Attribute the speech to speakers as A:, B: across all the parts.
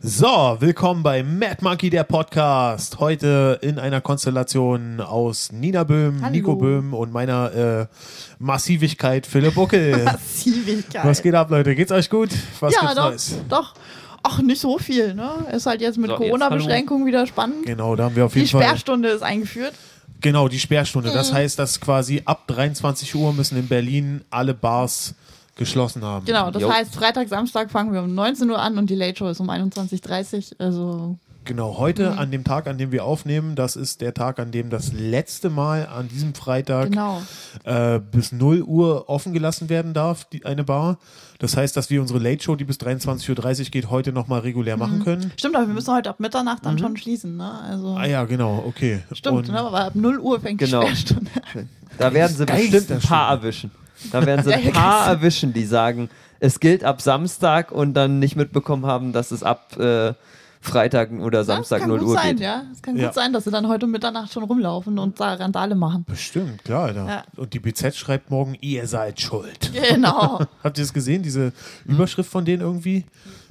A: So, willkommen bei Mad Monkey, der Podcast. Heute in einer Konstellation aus Nina Böhm,
B: Hallo.
A: Nico Böhm und meiner äh, Massivigkeit Philipp Buckel.
B: Massivigkeit.
A: Was geht ab, Leute? Geht's euch gut? Was
B: ja, ne?
A: gibt's
B: doch,
A: Neues?
B: doch. Ach, nicht so viel, ne? Ist halt jetzt mit
C: So, jetzt
B: Corona-Beschränkungen wieder spannend.
A: Genau, da haben wir auf
B: Die
A: jeden Fall.
B: Sperrstunde Mhm. ist eingeführt.
A: Genau, die Sperrstunde. Das heißt, dass quasi ab 23 Uhr müssen in Berlin alle Bars geschlossen haben.
B: Genau, das
C: Jo.
B: heißt, Freitag, Samstag fangen wir um 19 Uhr an und die Late Show ist um 21.30 Uhr. Also,
A: Genau, heute an dem Tag, an dem wir aufnehmen, das ist der Tag, an dem das letzte Mal an diesem Freitag
B: genau.
A: äh, bis 0 Uhr offen gelassen werden darf, die, eine Bar. Das heißt, dass wir unsere Late Show, die bis 23.30 Uhr geht, heute nochmal regulär
B: Mhm.
A: machen können.
B: Stimmt, aber wir müssen heute ab Mitternacht
C: Mhm.
B: dann schon schließen, ne? Also,
A: Ah ja, genau, okay.
B: stimmt,
A: Und
B: ne? aber ab 0 Uhr fängt
C: Genau.
B: die Sperrstunde an.
C: Da werden sie
A: Geister
C: bestimmt ein paar erwischen. Da werden sie
B: Ja, genau. ja,
C: ein paar erwischen, die sagen, es gilt ab Samstag und dann nicht mitbekommen haben, dass es ab äh, Freitag oder
B: das
C: Samstag
B: kann
C: 0
B: gut
C: Uhr
B: sein,
C: geht.
B: ja. Es kann
A: Ja.
B: gut sein, dass sie dann heute um Mitternacht schon rumlaufen und da Randale machen.
A: Bestimmt, klar. Alter.
B: Ja.
A: Und die BZ schreibt morgen, ihr seid schuld.
B: Genau.
A: Habt ihr das gesehen, diese
B: Mhm.
A: Überschrift von denen irgendwie?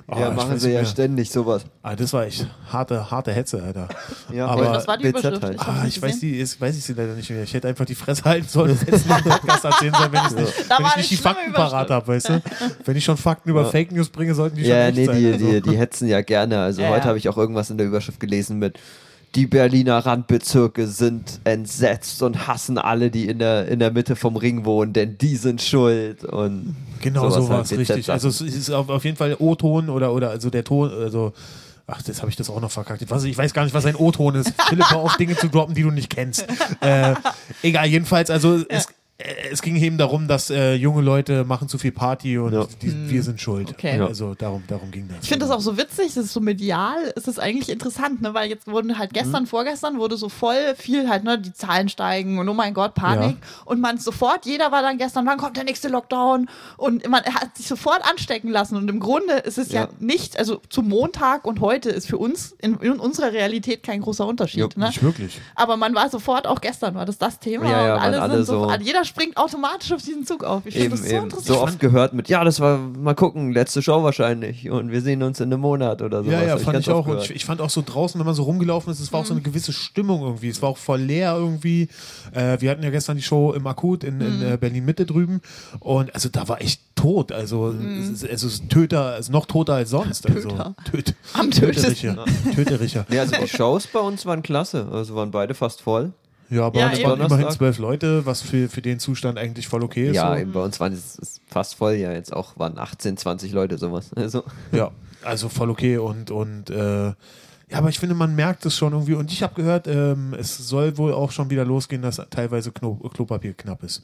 A: Oh,
C: Ja,
A: ich
C: machen
A: weiß
C: sie
A: nicht
C: ja
A: mehr.
C: ständig sowas.
A: Ah, das war echt harte, harte Hetze, Alter.
C: Ja,
A: Aber-
B: das war die
C: BZ
B: Überschrift.
C: halt.
B: Ich hab's
A: Ah,
B: nicht
A: ich weiß,
B: gesehen.
A: die, jetzt weiß ich sie leider nicht mehr. Ich hätte einfach die Fresse halten sollen und jetzt noch Podcast erzählen sollen, wenn ich nicht,
B: Da
A: wenn
B: war
A: ich
B: eine
A: nicht die
B: schlimme
A: Fakten parat habe, weißt du? Wenn ich schon Fakten über
C: Ja.
A: Fake News bringe, sollten die schon
C: Ja,
A: echt
C: nee,
A: sein.
C: die,
A: also.
C: die, die hetzen ja gerne. Also
B: Ja,
C: heute
B: ja.
C: habe ich auch irgendwas in der Überschrift gelesen mit die Berliner Randbezirke sind entsetzt und hassen alle, die in der, in der Mitte vom Ring wohnen, denn die sind schuld und
A: Genau
C: sowas
A: sowas,
C: halt,
A: richtig.
C: BZ
A: Also es ist auf, auf jeden Fall O-Ton oder, oder also der Ton, also ach, jetzt habe ich das auch noch verkackt. Was, ich weiß gar nicht, was ein O-Ton ist. Philipp, hör auf, Dinge zu droppen, die du nicht kennst. Äh, egal, jedenfalls, also es, äh, es ging eben darum, dass äh, junge Leute machen zu viel Party und
C: Ja.
A: die, wir sind schuld.
B: Hm, Okay.
C: Ja.
A: Also darum, darum ging das.
B: Ich finde das auch so witzig, das ist so medial, ist es eigentlich interessant, ne? weil jetzt wurden
C: Mhm.
B: halt gestern, vorgestern wurde so voll viel halt, ne, die Zahlen steigen und oh mein Gott, Panik. Und man sofort, jeder war dann gestern, wann kommt der nächste Lockdown? Und man hat sich sofort anstecken lassen. Und im Grunde ist es ja,
C: Ja.
B: nicht, also zu Montag und heute ist für uns in, in unserer Realität kein großer Unterschied.
C: Jupp,
B: Ne?
A: Nicht wirklich.
B: Aber man war sofort, auch gestern war das das Thema.
C: Ja, ja,
B: und alle,
C: waren alle
B: sind so,
C: so-
B: jeder springt automatisch auf diesen Zug auf. Ich finde
C: eben,
B: das so
C: eben.
B: interessant.
C: So oft gehört mit, ja, das war, mal gucken, letzte Show wahrscheinlich und wir sehen uns in einem Monat oder sowas.
A: Ja, ja,
C: Hab
A: fand
C: ganz
A: ich
C: oft
A: auch. Und
C: gehört.
A: ich, ich fand auch so draußen, wenn man so rumgelaufen ist, es war auch so
B: Mhm.
A: eine gewisse Stimmung irgendwie. Es war auch voll leer irgendwie. Äh, wir hatten ja gestern die Show im Akut in, in
B: Mhm.
A: äh, Berlin-Mitte drüben. Und also da war echt tot. Also es, ist, es ist töter, es ist noch toter als sonst. Also,
B: Mhm. Töter.
A: Töt,
B: Am tötesten.
A: tötericher. tötericher.
C: Nee, also die Shows bei uns waren klasse. Also waren beide fast voll.
A: Ja, aber
B: Ja,
A: es
B: eben.
A: waren immerhin
C: Donnerstag.
A: zwölf Leute, was für, für den Zustand eigentlich voll okay ist.
C: ja,
A: so.
C: eben bei uns waren es es fast voll. Ja, jetzt auch waren 18, 20 Leute sowas. Also,
A: Ja, also voll okay und und äh, ja, aber ich finde, man merkt es schon irgendwie. Und ich habe gehört, ähm, es soll wohl auch schon wieder losgehen, dass teilweise Kno Klopapier knapp ist.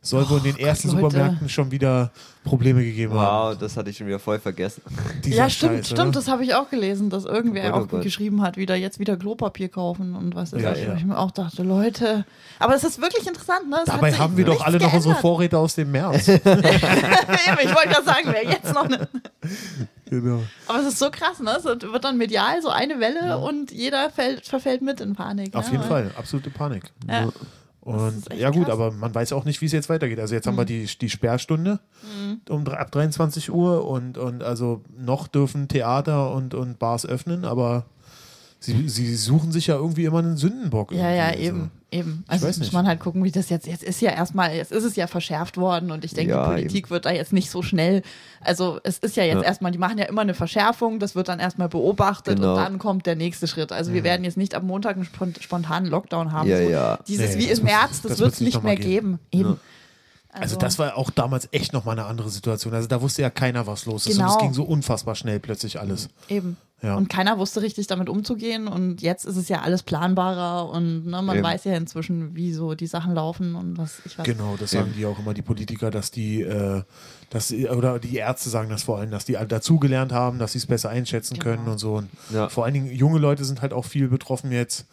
A: Soll wohl in den ersten
B: Leute.
A: Supermärkten schon wieder Probleme gegeben haben.
C: wow, das hatte ich schon wieder voll vergessen.
A: Dieser ne?
B: Ja, stimmt,
A: Scheiß,
B: stimmt.
A: oder?
B: Das habe ich auch gelesen, dass irgendwer
C: Oh
B: auch
C: Gott.
B: geschrieben hat, wieder jetzt wieder Klopapier kaufen und was ist
A: Ja,
B: das?
A: ja.
B: Wo Ich mir auch dachte, Leute. Aber das ist wirklich interessant, ne? Es hat
A: Dabei
B: sich
A: haben wir doch
B: nichts
A: alle noch unsere
B: geändert.
A: Vorräte aus dem März.
B: Eben, ich wollte gerade sagen, wer jetzt noch eine.
A: genau.
B: Aber es ist so krass, ne? Es wird dann medial so eine Welle und jeder fällt, verfällt mit in Panik.
A: Auf
B: ne?
A: jeden Fall, absolute Panik. Ne?
B: Ja.
A: Und
B: ist echt
A: ja gut,
B: krass. Mhm.
A: aber man weiß auch nicht, wie es jetzt weitergeht. Also jetzt haben wir die, die Sperrstunde um, dr- ab 23 Uhr und, und also noch dürfen Theater und, und Bars öffnen, aber sie, sie suchen sich ja irgendwie immer einen Sündenbock.
B: Ja, ja,
A: irgendwie.
B: eben. Eben. Also
A: weiß
B: jetzt muss
A: nicht.
B: man halt gucken, wie das jetzt, jetzt ist ja erstmal, jetzt ist es ja verschärft worden und ich denke,
C: Ja,
B: die Politik wird da jetzt nicht so schnell, also es ist ja jetzt erstmal, die machen ja immer eine Verschärfung, das wird dann erstmal beobachtet
C: Genau.
B: und dann kommt der nächste Schritt. Also wir werden jetzt nicht am Montag einen spon- spontanen Lockdown haben.
C: Ja,
B: so
C: ja.
B: Dieses
A: Nee,
B: wie
A: das
B: im
A: muss-
B: März, das,
A: das
B: wird
A: wird's
B: es
A: nicht
B: nicht
A: noch
B: mehr
A: mal geben.
B: geben. Eben.
A: Also das war auch damals echt nochmal eine andere Situation. Also da wusste ja keiner, was los ist.
B: Genau.
A: Und es ging so unfassbar schnell plötzlich alles.
B: Eben.
A: Ja.
B: Und keiner wusste richtig damit umzugehen und jetzt ist es ja alles planbarer und ne, man
C: Eben.
B: weiß ja inzwischen, wie so die Sachen laufen und was ich weiß.
A: Genau, das sagen die auch immer, die Politiker, dass die, äh, dass, sie- oder die Ärzte sagen das vor allem, dass die alle dazugelernt haben, dass sie es besser einschätzen
B: Genau.
A: können und so. Und
C: Ja.
A: Vor allen Dingen junge Leute sind halt auch viel betroffen jetzt.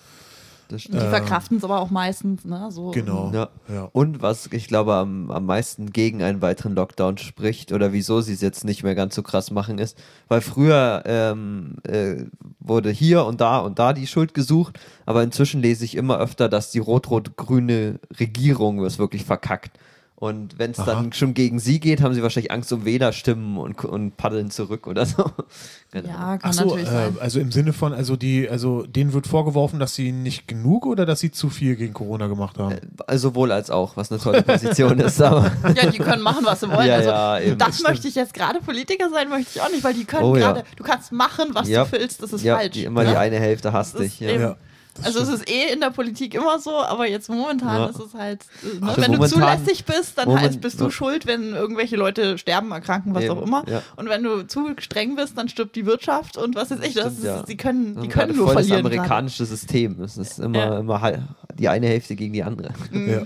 C: Das stimmt.
B: Die verkraften es aber auch meistens, ne? So
A: Ähm, Genau.
C: Ja.
A: Ja.
C: Und was ich glaube am, am meisten gegen einen weiteren Lockdown spricht oder wieso sie es jetzt nicht mehr ganz so krass machen ist, weil früher ähm, äh, wurde hier und da und da die Schuld gesucht, aber inzwischen lese ich immer öfter, dass die rot-rot-grüne Regierung es wirklich verkackt. Und wenn es
A: Aha.
C: dann schon gegen sie geht, haben sie wahrscheinlich Angst um Wählerstimmen und, und paddeln zurück oder so.
B: ähm,
C: Keine Ahnung.
B: Ja, kann
A: Ach so,
B: natürlich
A: äh,
B: sein.
A: also im Sinne von, also die, also denen wird vorgeworfen, dass sie nicht genug oder dass sie zu viel gegen Corona gemacht haben.
C: Äh, Sowohl als auch, was eine tolle Position ist. Aber
B: Ja, die können machen, was sie wollen.
C: Ja,
B: also,
C: ja, eben,
B: das
C: stimmt.
B: möchte ich jetzt gerade Politiker sein, möchte ich auch nicht, weil die können
C: Oh, ja.
B: gerade, du kannst machen, was
C: Ja.
B: du willst, das ist
C: ja,
B: falsch.
C: die, immer die
B: Ja.
C: eine Hälfte hasst
B: Das ist
C: dich. Ja.
B: eben-
A: ja.
B: also es ist eh in der Politik immer so, aber jetzt momentan
C: Ja.
B: ist es halt, äh, ne,
C: Ach,
B: wenn du
C: momentan-
B: zulässig bist, dann
C: Moment-
B: heißt, bist du
C: ja.
B: schuld, wenn irgendwelche Leute sterben, erkranken, was
C: Eben,
B: auch immer.
C: ja.
B: Und wenn du zu streng bist, dann stirbt die Wirtschaft und was weiß ich. Das
C: Stimmt,
B: ist,
C: ja.
B: Die können, die
C: Ja,
B: können nur
C: voll
B: verlieren.
C: Das
B: gerade.
C: amerikanische System. Es ist immer,
B: Ja.
C: immer hal- die eine Hälfte gegen die andere.
A: ja.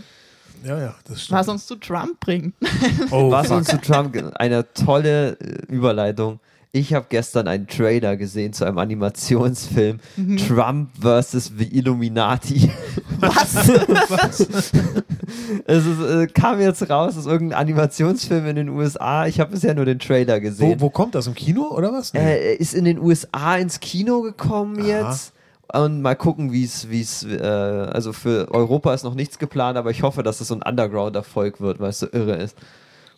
A: Ja, ja, das stimmt.
B: Ähm. Was uns zu Trump bringt.
A: Oh,
C: Was
A: fuck.
C: uns zu Trump ge- eine tolle äh, Überleitung. Ich habe gestern einen Trailer gesehen zu einem Animationsfilm
B: Mhm.
C: Trump vs. The Illuminati.
B: Was?
C: Es ist, äh, kam jetzt raus, es ist irgendein Animationsfilm in den USA. Ich habe bisher nur den Trailer
A: wo,
C: gesehen.
A: wo kommt das? Im Kino oder was? Nee.
C: Äh, er ist in den USA ins Kino gekommen
A: Aha.
C: jetzt. Und mal gucken, wie es, wie es, äh, also für Europa ist noch nichts geplant, aber ich hoffe, dass es so ein Underground-Erfolg wird, weil es so irre ist.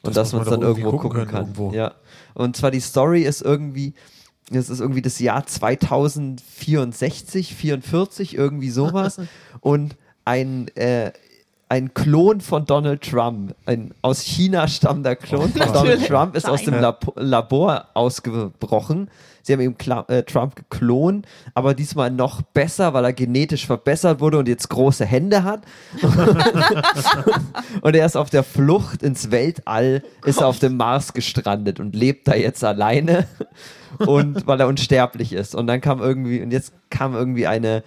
C: Und
A: Das
C: dass man
A: muss
C: es
A: man
C: dann
A: doch irgendwie
C: irgendwo
A: gucken
C: gucken
A: können,
C: kann.
A: irgendwo.
C: Ja. Und zwar die Story ist irgendwie, es ist irgendwie das Jahr 2064, 44, irgendwie sowas. Und ein, äh, ein Klon von Donald Trump, ein aus China stammender Klon von Donald
B: Natürlich.
C: Trump ist aus dem
B: Nein.
C: Lab Labor ausgebrochen. Sie haben eben Kla äh, Trump geklont, aber diesmal noch besser, weil er genetisch verbessert wurde und jetzt große Hände hat. und er ist auf der Flucht ins Weltall, ist er auf dem Mars gestrandet und lebt da jetzt alleine und weil er unsterblich ist. Und dann kam irgendwie, und jetzt kam irgendwie eine,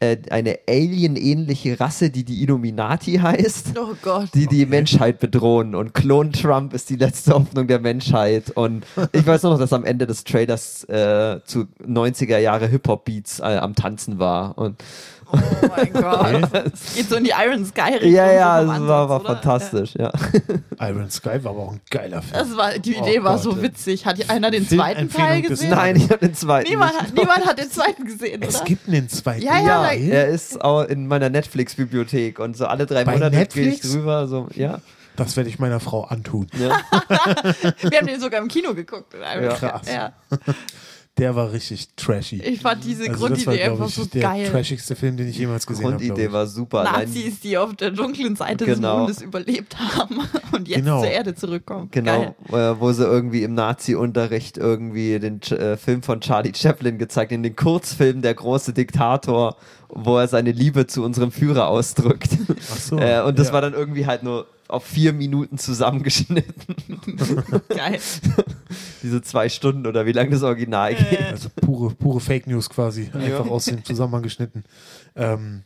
C: äh, eine Alien-ähnliche Rasse, die die Illuminati heißt
B: Oh Gott.
C: die die Menschheit bedrohen und Klon Trump ist die letzte Hoffnung der Menschheit und ich weiß noch, dass am Ende des Trailers äh, zu 90er Jahre Hip-Hop-Beats äh, am Tanzen war und
B: Oh mein Gott. Es geht so in die Iron Sky Richtung.
C: ja, ja,
B: so
C: es
B: vom
C: war,
B: Ansatz,
C: war
B: oder?
C: fantastisch, ja.
A: Iron Sky war aber auch ein geiler Film.
B: Ja. Das war, die
A: Oh
B: Idee war
A: Gott,
B: so
A: ey.
B: witzig. Hat einer den
A: Film-
B: zweiten Teil
A: Empfehlung des
B: gesehen?
C: Nein, ich habe den zweiten
B: Niemand,
C: nicht.
B: hat- niemand hat den zweiten gesehen,
A: es
B: oder?
A: gibt einen zweiten.
B: Ja, ja,
C: ja,
B: nein.
C: er ist auch in meiner Netflix-Bibliothek und so alle drei
A: Bei
C: Monate gehe ich
A: Netflix?
C: drüber, so, ja. ne?
A: Das werde ich meiner Frau antun.
C: ja.
B: Wir haben den sogar im Kino geguckt. Ja.
C: Ja.
A: Krass.
B: Ja.
A: Der war richtig trashy.
B: Ich fand diese
A: Also das war,
B: Grundidee
A: glaube
B: einfach
A: ich,
B: so
A: der
B: geil.
A: trashigste Film, den ich jemals gesehen habe. glaub
C: Grundidee
A: ich.
C: war super. Allein,
B: Nazis, die auf der dunklen Seite
C: Genau.
B: des Mondes überlebt haben und jetzt
A: Genau.
B: zur Erde zurückkommen.
C: Genau,
B: Geil.
C: äh, wo sie irgendwie im Nazi-Unterricht irgendwie den Ch- äh, Film von Charlie Chaplin gezeigt, in den Kurzfilm Der große Diktator, wo er seine Liebe zu unserem Führer ausdrückt.
A: Ach so,
C: äh, und das
A: ja.
C: war dann irgendwie halt nur auf vier Minuten zusammengeschnitten,
B: geil.
C: diese zwei Stunden oder wie lang das
B: Äh,
C: Original geht.
A: Also pure, pure Fake News quasi, einfach aus dem Zusammenhang geschnitten. Ähm,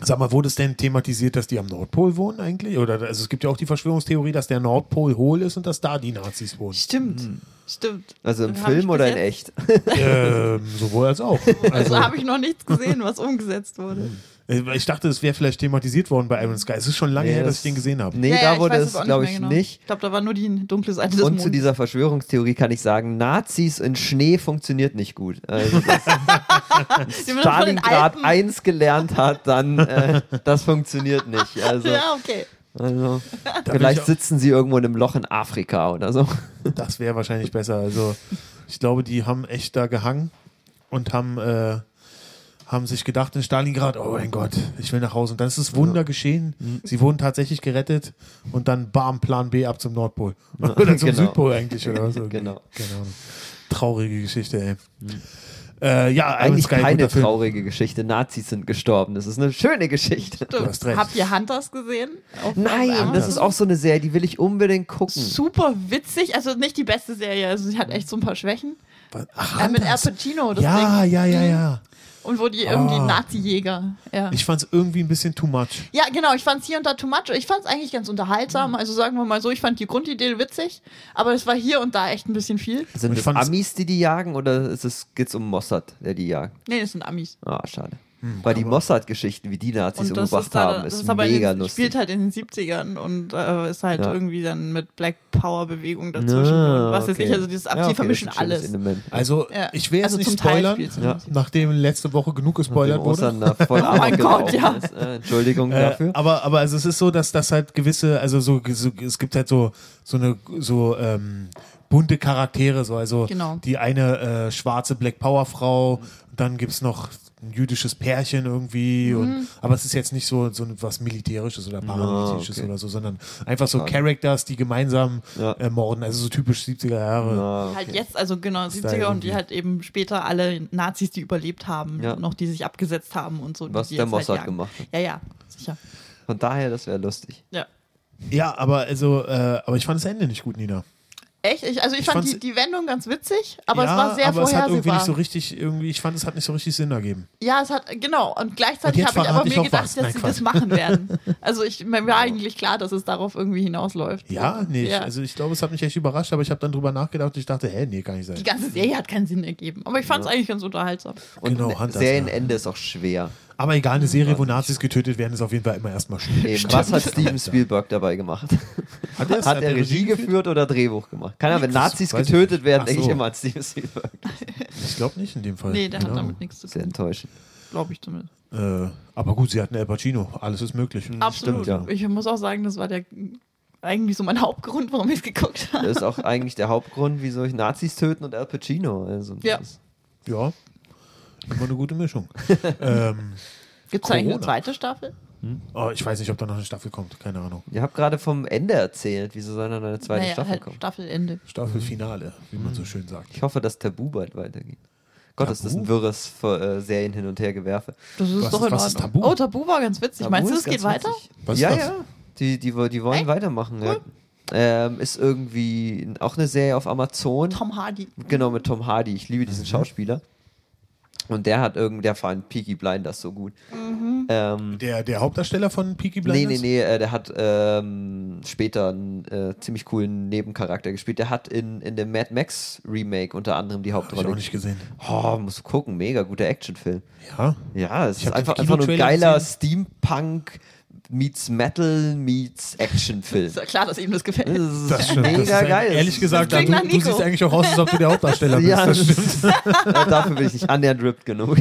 A: sag mal, wurde es denn thematisiert, dass die am Nordpol wohnen eigentlich? Oder also es gibt ja auch die Verschwörungstheorie, dass der Nordpol hohl ist und dass da die Nazis wohnen.
B: Stimmt. Stimmt.
C: Hm. Also im
B: Hab ich
C: Film
B: bis
C: oder in
B: jetzt-
C: echt?
A: ähm, sowohl als auch.
B: Also,
A: Also,
B: habe ich noch nichts gesehen, was umgesetzt wurde.
A: äh, ich dachte, es wäre vielleicht thematisiert worden bei Iron Sky. Es ist schon lange
C: Nee,
A: her, dass
C: das-
A: ich den gesehen habe.
C: Nee,
B: Ja, ja,
C: da
B: ich
C: wurde
B: weiß
C: es,
B: es auch
C: glaube
B: mehr
C: ich,
B: genau.
C: nicht.
B: Ich glaube, da war nur die dunkle Seite des
C: Und
B: Mondes.
C: zu dieser Verschwörungstheorie kann ich sagen, Nazis in Schnee funktioniert nicht gut. Also
B: Die man von den
C: Stalingrad
B: Alpen-
C: 1 gelernt hat, dann äh, das funktioniert nicht. Also,
B: Ja, okay.
C: also
A: bin ich
C: vielleicht
A: auch-
C: sitzen sie irgendwo in einem Loch in Afrika oder so.
A: Das wäre wahrscheinlich besser. Also ich glaube, die haben echt da gehangen und haben, äh, haben sich gedacht in Stalingrad, oh mein Gott, ich will nach Hause. Und dann ist das Wunder geschehen.
C: Mhm.
A: Sie wurden tatsächlich gerettet und dann bam, Plan B ab zum Nordpol. oder zum
C: genau.
A: Südpol eigentlich oder was.
C: Genau. Mhm.
A: Keine Ahnung. Traurige Geschichte, ey. Äh, ja, Iron
C: Eigentlich
A: Sky,
C: keine
A: guter Film.
C: traurige Geschichte. Nazis sind gestorben. Das ist eine schöne Geschichte.
B: Du
A: hast recht.
B: Habt ihr Hunters gesehen? Auf
C: Nein,
B: Amazon?
C: das ist auch so eine Serie, die will ich unbedingt gucken.
B: super witzig. Also nicht die beste Serie. Also sie hat echt so ein paar Schwächen.
A: Ach,
B: Äh, mit Al
A: Anders.
B: Pacino, das
A: ja,
B: Ding. Mhm.
A: ja, ja, ja.
B: Und wo die irgendwie
A: Ah.
B: Nazi-Jäger. Ja.
A: Ich fand es irgendwie ein bisschen too much.
B: ja, genau. Ich fand es hier und da too much. Ich fand es eigentlich ganz unterhaltsam.
C: Hm.
B: Also sagen wir mal so, ich fand die Grundidee witzig. Aber es war hier und da echt ein bisschen viel.
A: Und
C: Sind
A: ich
C: es
A: fand's-
C: Amis, die die jagen oder geht es geht's um Mossad, der die jagt?
B: Nee, das sind Amis.
C: Ah, schade.
A: Hm,
C: weil die Mossad-Geschichten, wie die Nazis
B: Und das
C: umgebracht
B: ist, da,
C: haben,
B: das
C: ist,
B: ist aber
C: mega
B: in den,
C: lustig.
B: spielt halt in den 70ern und äh, ist halt
C: Ja.
B: irgendwie dann mit Black Power Bewegung dazwischen.
C: Ah,
B: und was weiß
C: okay.
B: ich, also dieses ab,
C: Ja,
B: die
C: okay,
B: vermischen
C: das ist ein schönes
B: alles.
C: Element.
A: Also,
B: Ja.
A: ich will jetzt
B: Also zum
A: nicht
B: Teil
A: spoilern,
B: spielt's
C: Ja.
A: nachdem letzte Woche genug gespoilert
C: Nachdem
A: wurde.
C: Ostern da voll
B: Oh mein
C: abgelaufen
B: Gott, ja.
C: ist. Äh, Entschuldigung
A: Äh,
C: dafür.
A: aber, aber also es ist so, dass das halt gewisse, also so, so es gibt halt so so eine so ähm, bunte Charaktere, so also
B: Genau.
A: die eine äh, schwarze Black Power Frau, dann gibt's noch ein jüdisches Pärchen irgendwie
B: Mhm.
A: und aber es ist jetzt nicht so so was militärisches oder paramilitärisches
C: Ah, okay.
A: oder so, sondern einfach so Characters, die gemeinsam
C: Ja.
A: äh, morden, also so typisch 70er Jahre.
C: Ah,
B: Halt jetzt, also genau, 70er und
A: irgendwie-
B: die halt eben später alle Nazis, die überlebt haben,
C: Ja.
B: noch die sich abgesetzt haben und so. die
C: Was
B: die
C: der
B: jetzt halt
C: Mossad
B: jagen.
C: gemacht hat.
B: Ja, ja, sicher.
C: Von daher, das wäre lustig.
B: Ja.
A: Ja, aber also äh, aber ich fand das Ende nicht gut, Nina.
B: Echt? Ich, also ich,
A: Ich
B: fand
A: fand's-
B: die, die Wendung ganz witzig, aber
A: ja,
B: es war sehr
A: aber es hat irgendwie
B: vorhersehbar.
A: nicht so richtig irgendwie, ich fand es hat nicht so richtig Sinn ergeben.
B: ja, es hat, genau. Und
A: Und
B: gleichzeitig
A: jetzt
B: habe ich
A: verrate
B: aber
A: ich
B: mir
A: auch
B: gedacht,
A: was.
B: dass
A: Nein,
B: sie
A: Quatsch.
B: das machen werden. Also ich mir war eigentlich klar, dass es darauf irgendwie hinausläuft.
A: Ja, nee, ich-
B: Ja.
A: also ich glaube, es hat mich echt überrascht, aber ich habe dann drüber nachgedacht und ich dachte, hä, nee, kann nicht sein.
B: Die ganze Serie hat keinen Sinn ergeben. Aber ich fand es eigentlich ganz unterhaltsam.
C: Und
A: Genau,
C: ein
A: Hunters,
C: Serienende ist auch schwer.
A: Aber egal, eine Serie, wo Nazis getötet werden, ist auf jeden Fall immer erstmal schwierig.
C: Hm, Eben. Was hat Steven Spielberg dabei gemacht?
A: Hat, er's-
C: Hat er Regie geführt oder Drehbuch gemacht? Keiner, wenn
A: Nix,
C: Nazis
A: weiß ich
C: getötet
A: nicht.
C: werden,
A: Ach
C: denke
A: so.
C: ich immer an Steven Spielberg.
A: Ich glaube nicht in dem Fall.
B: Nee, der hat
A: Genau.
B: damit nichts zu
C: Sehr
B: tun,
C: enttäuschend.
B: glaube ich zumindest.
A: Äh, aber gut, sie hatten El Pacino. Alles ist möglich.
C: Mhm.
B: Absolut.
C: stimmt, ja.
B: Ich muss auch sagen, das war der eigentlich so mein Hauptgrund, warum ich es geguckt habe.
C: Das ist auch eigentlich der Hauptgrund, wieso ich Nazis töten und Al Pacino. Also,
B: Ja.
C: das-
A: Ja. Immer eine gute Mischung. ähm,
B: Gibt es eigentlich eine
A: Corona.
B: zweite Staffel?
A: oh, ich weiß nicht, ob da noch eine Staffel kommt. Keine Ahnung.
C: Ihr habt gerade vom Ende erzählt. Wieso soll dann eine zweite
B: naja,
C: Staffel
B: halt
C: kommen?
B: Staffelende.
A: Staffelfinale, wie
C: Mhm.
A: man so schön sagt.
C: Ich hoffe, dass Tabu bald weitergeht. Gott, ist das
A: Tabu?
C: ein wirres Ver- äh, Serien hin und her gewerfe.
B: Das ist
A: Was
B: doch
A: ist-
B: in
A: was ist
B: Ordnung.
A: Tabu?
B: Oh, Tabu war ganz witzig. Meinst du, es geht weiter?
A: Was ist
C: ja,
A: das?
C: ja. Die, die, wo- die wollen
B: Echt?
C: weitermachen. Ja. Ähm, ist irgendwie auch eine Serie auf Amazon.
B: Tom Hardy.
C: Genau, mit Tom Hardy. Ich liebe
A: Mhm.
C: diesen Schauspieler. Und der hat irgend, der fand Peaky Blinders so gut.
B: Mhm.
C: Ähm,
A: Der, der Hauptdarsteller von Peaky
C: nee,
A: Blinders?
C: nee, nee, äh, der hat ähm, später einen äh, ziemlich coolen Nebencharakter gespielt. Der hat in, in dem Mad Max Remake unter anderem die
A: Hab ich auch
C: Hauptrolle.
A: nicht gesehen.
C: Oh, musst du gucken, mega guter Actionfilm.
A: Ja.
C: Ja, es
A: Ich
C: ist
A: hab
C: einfach,
A: den
C: einfach nur ein
A: Kinotrailer
C: geiler
A: gesehen.
C: Steampunk meets Metal meets Actionfilm.
B: Ist ja klar, dass ihm das gefällt.
C: Das ist
A: Das stimmt.
C: mega
A: das ist ein,
C: geil.
A: Ehrlich gesagt,
B: klingt
A: du,
B: nach
A: du
B: Nico.
A: siehst eigentlich auch aus, als ob du der Hauptdarsteller bist.
C: ja,
A: Das stimmt.
C: das- Ja, dafür bin ich nicht annähernd ripped genug.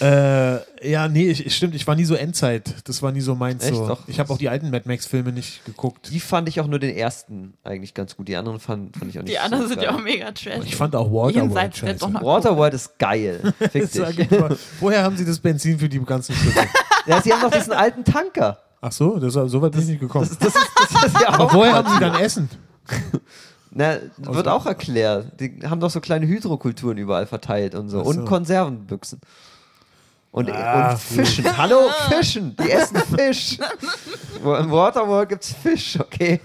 A: Äh, ja, nee, ich, ich, stimmt, ich war nie so Endzeit. Das war nie so meins.
C: Echt?
A: so.
C: Doch.
A: Ich habe auch die alten Mad Max-Filme nicht geguckt.
C: Die fand ich auch nur den ersten eigentlich ganz gut. Die anderen fand, fand ich auch nicht
B: Die
C: so
B: anderen sind
C: geil.
B: ja auch mega trash.
A: Ich fand auch Waterworld
B: Jenseits der
A: scheiße.
B: Donner-
C: Waterworld ist geil. Fick
A: Das sag
C: dich.
A: ich
B: genau
A: mal. Woher haben sie das Benzin für die ganzen Schiffe?
C: Ja, sie haben noch diesen alten Tanker.
A: Ach so, das, so weit bin ich nicht gekommen.
C: Das, ist- das ist, das ist ja
A: Aber
C: auch.
A: woher haben sie dann Essen?
C: Na,
A: Also-
C: wird auch erklärt. Die haben doch so kleine Hydrokulturen überall verteilt und so.
A: Ach so.
C: Und Konservenbüchsen. Und,
A: Ah,
C: und Fischen. Hallo, Fischen. Die essen Fisch. Wo- Im Waterworld gibt's Fisch, okay?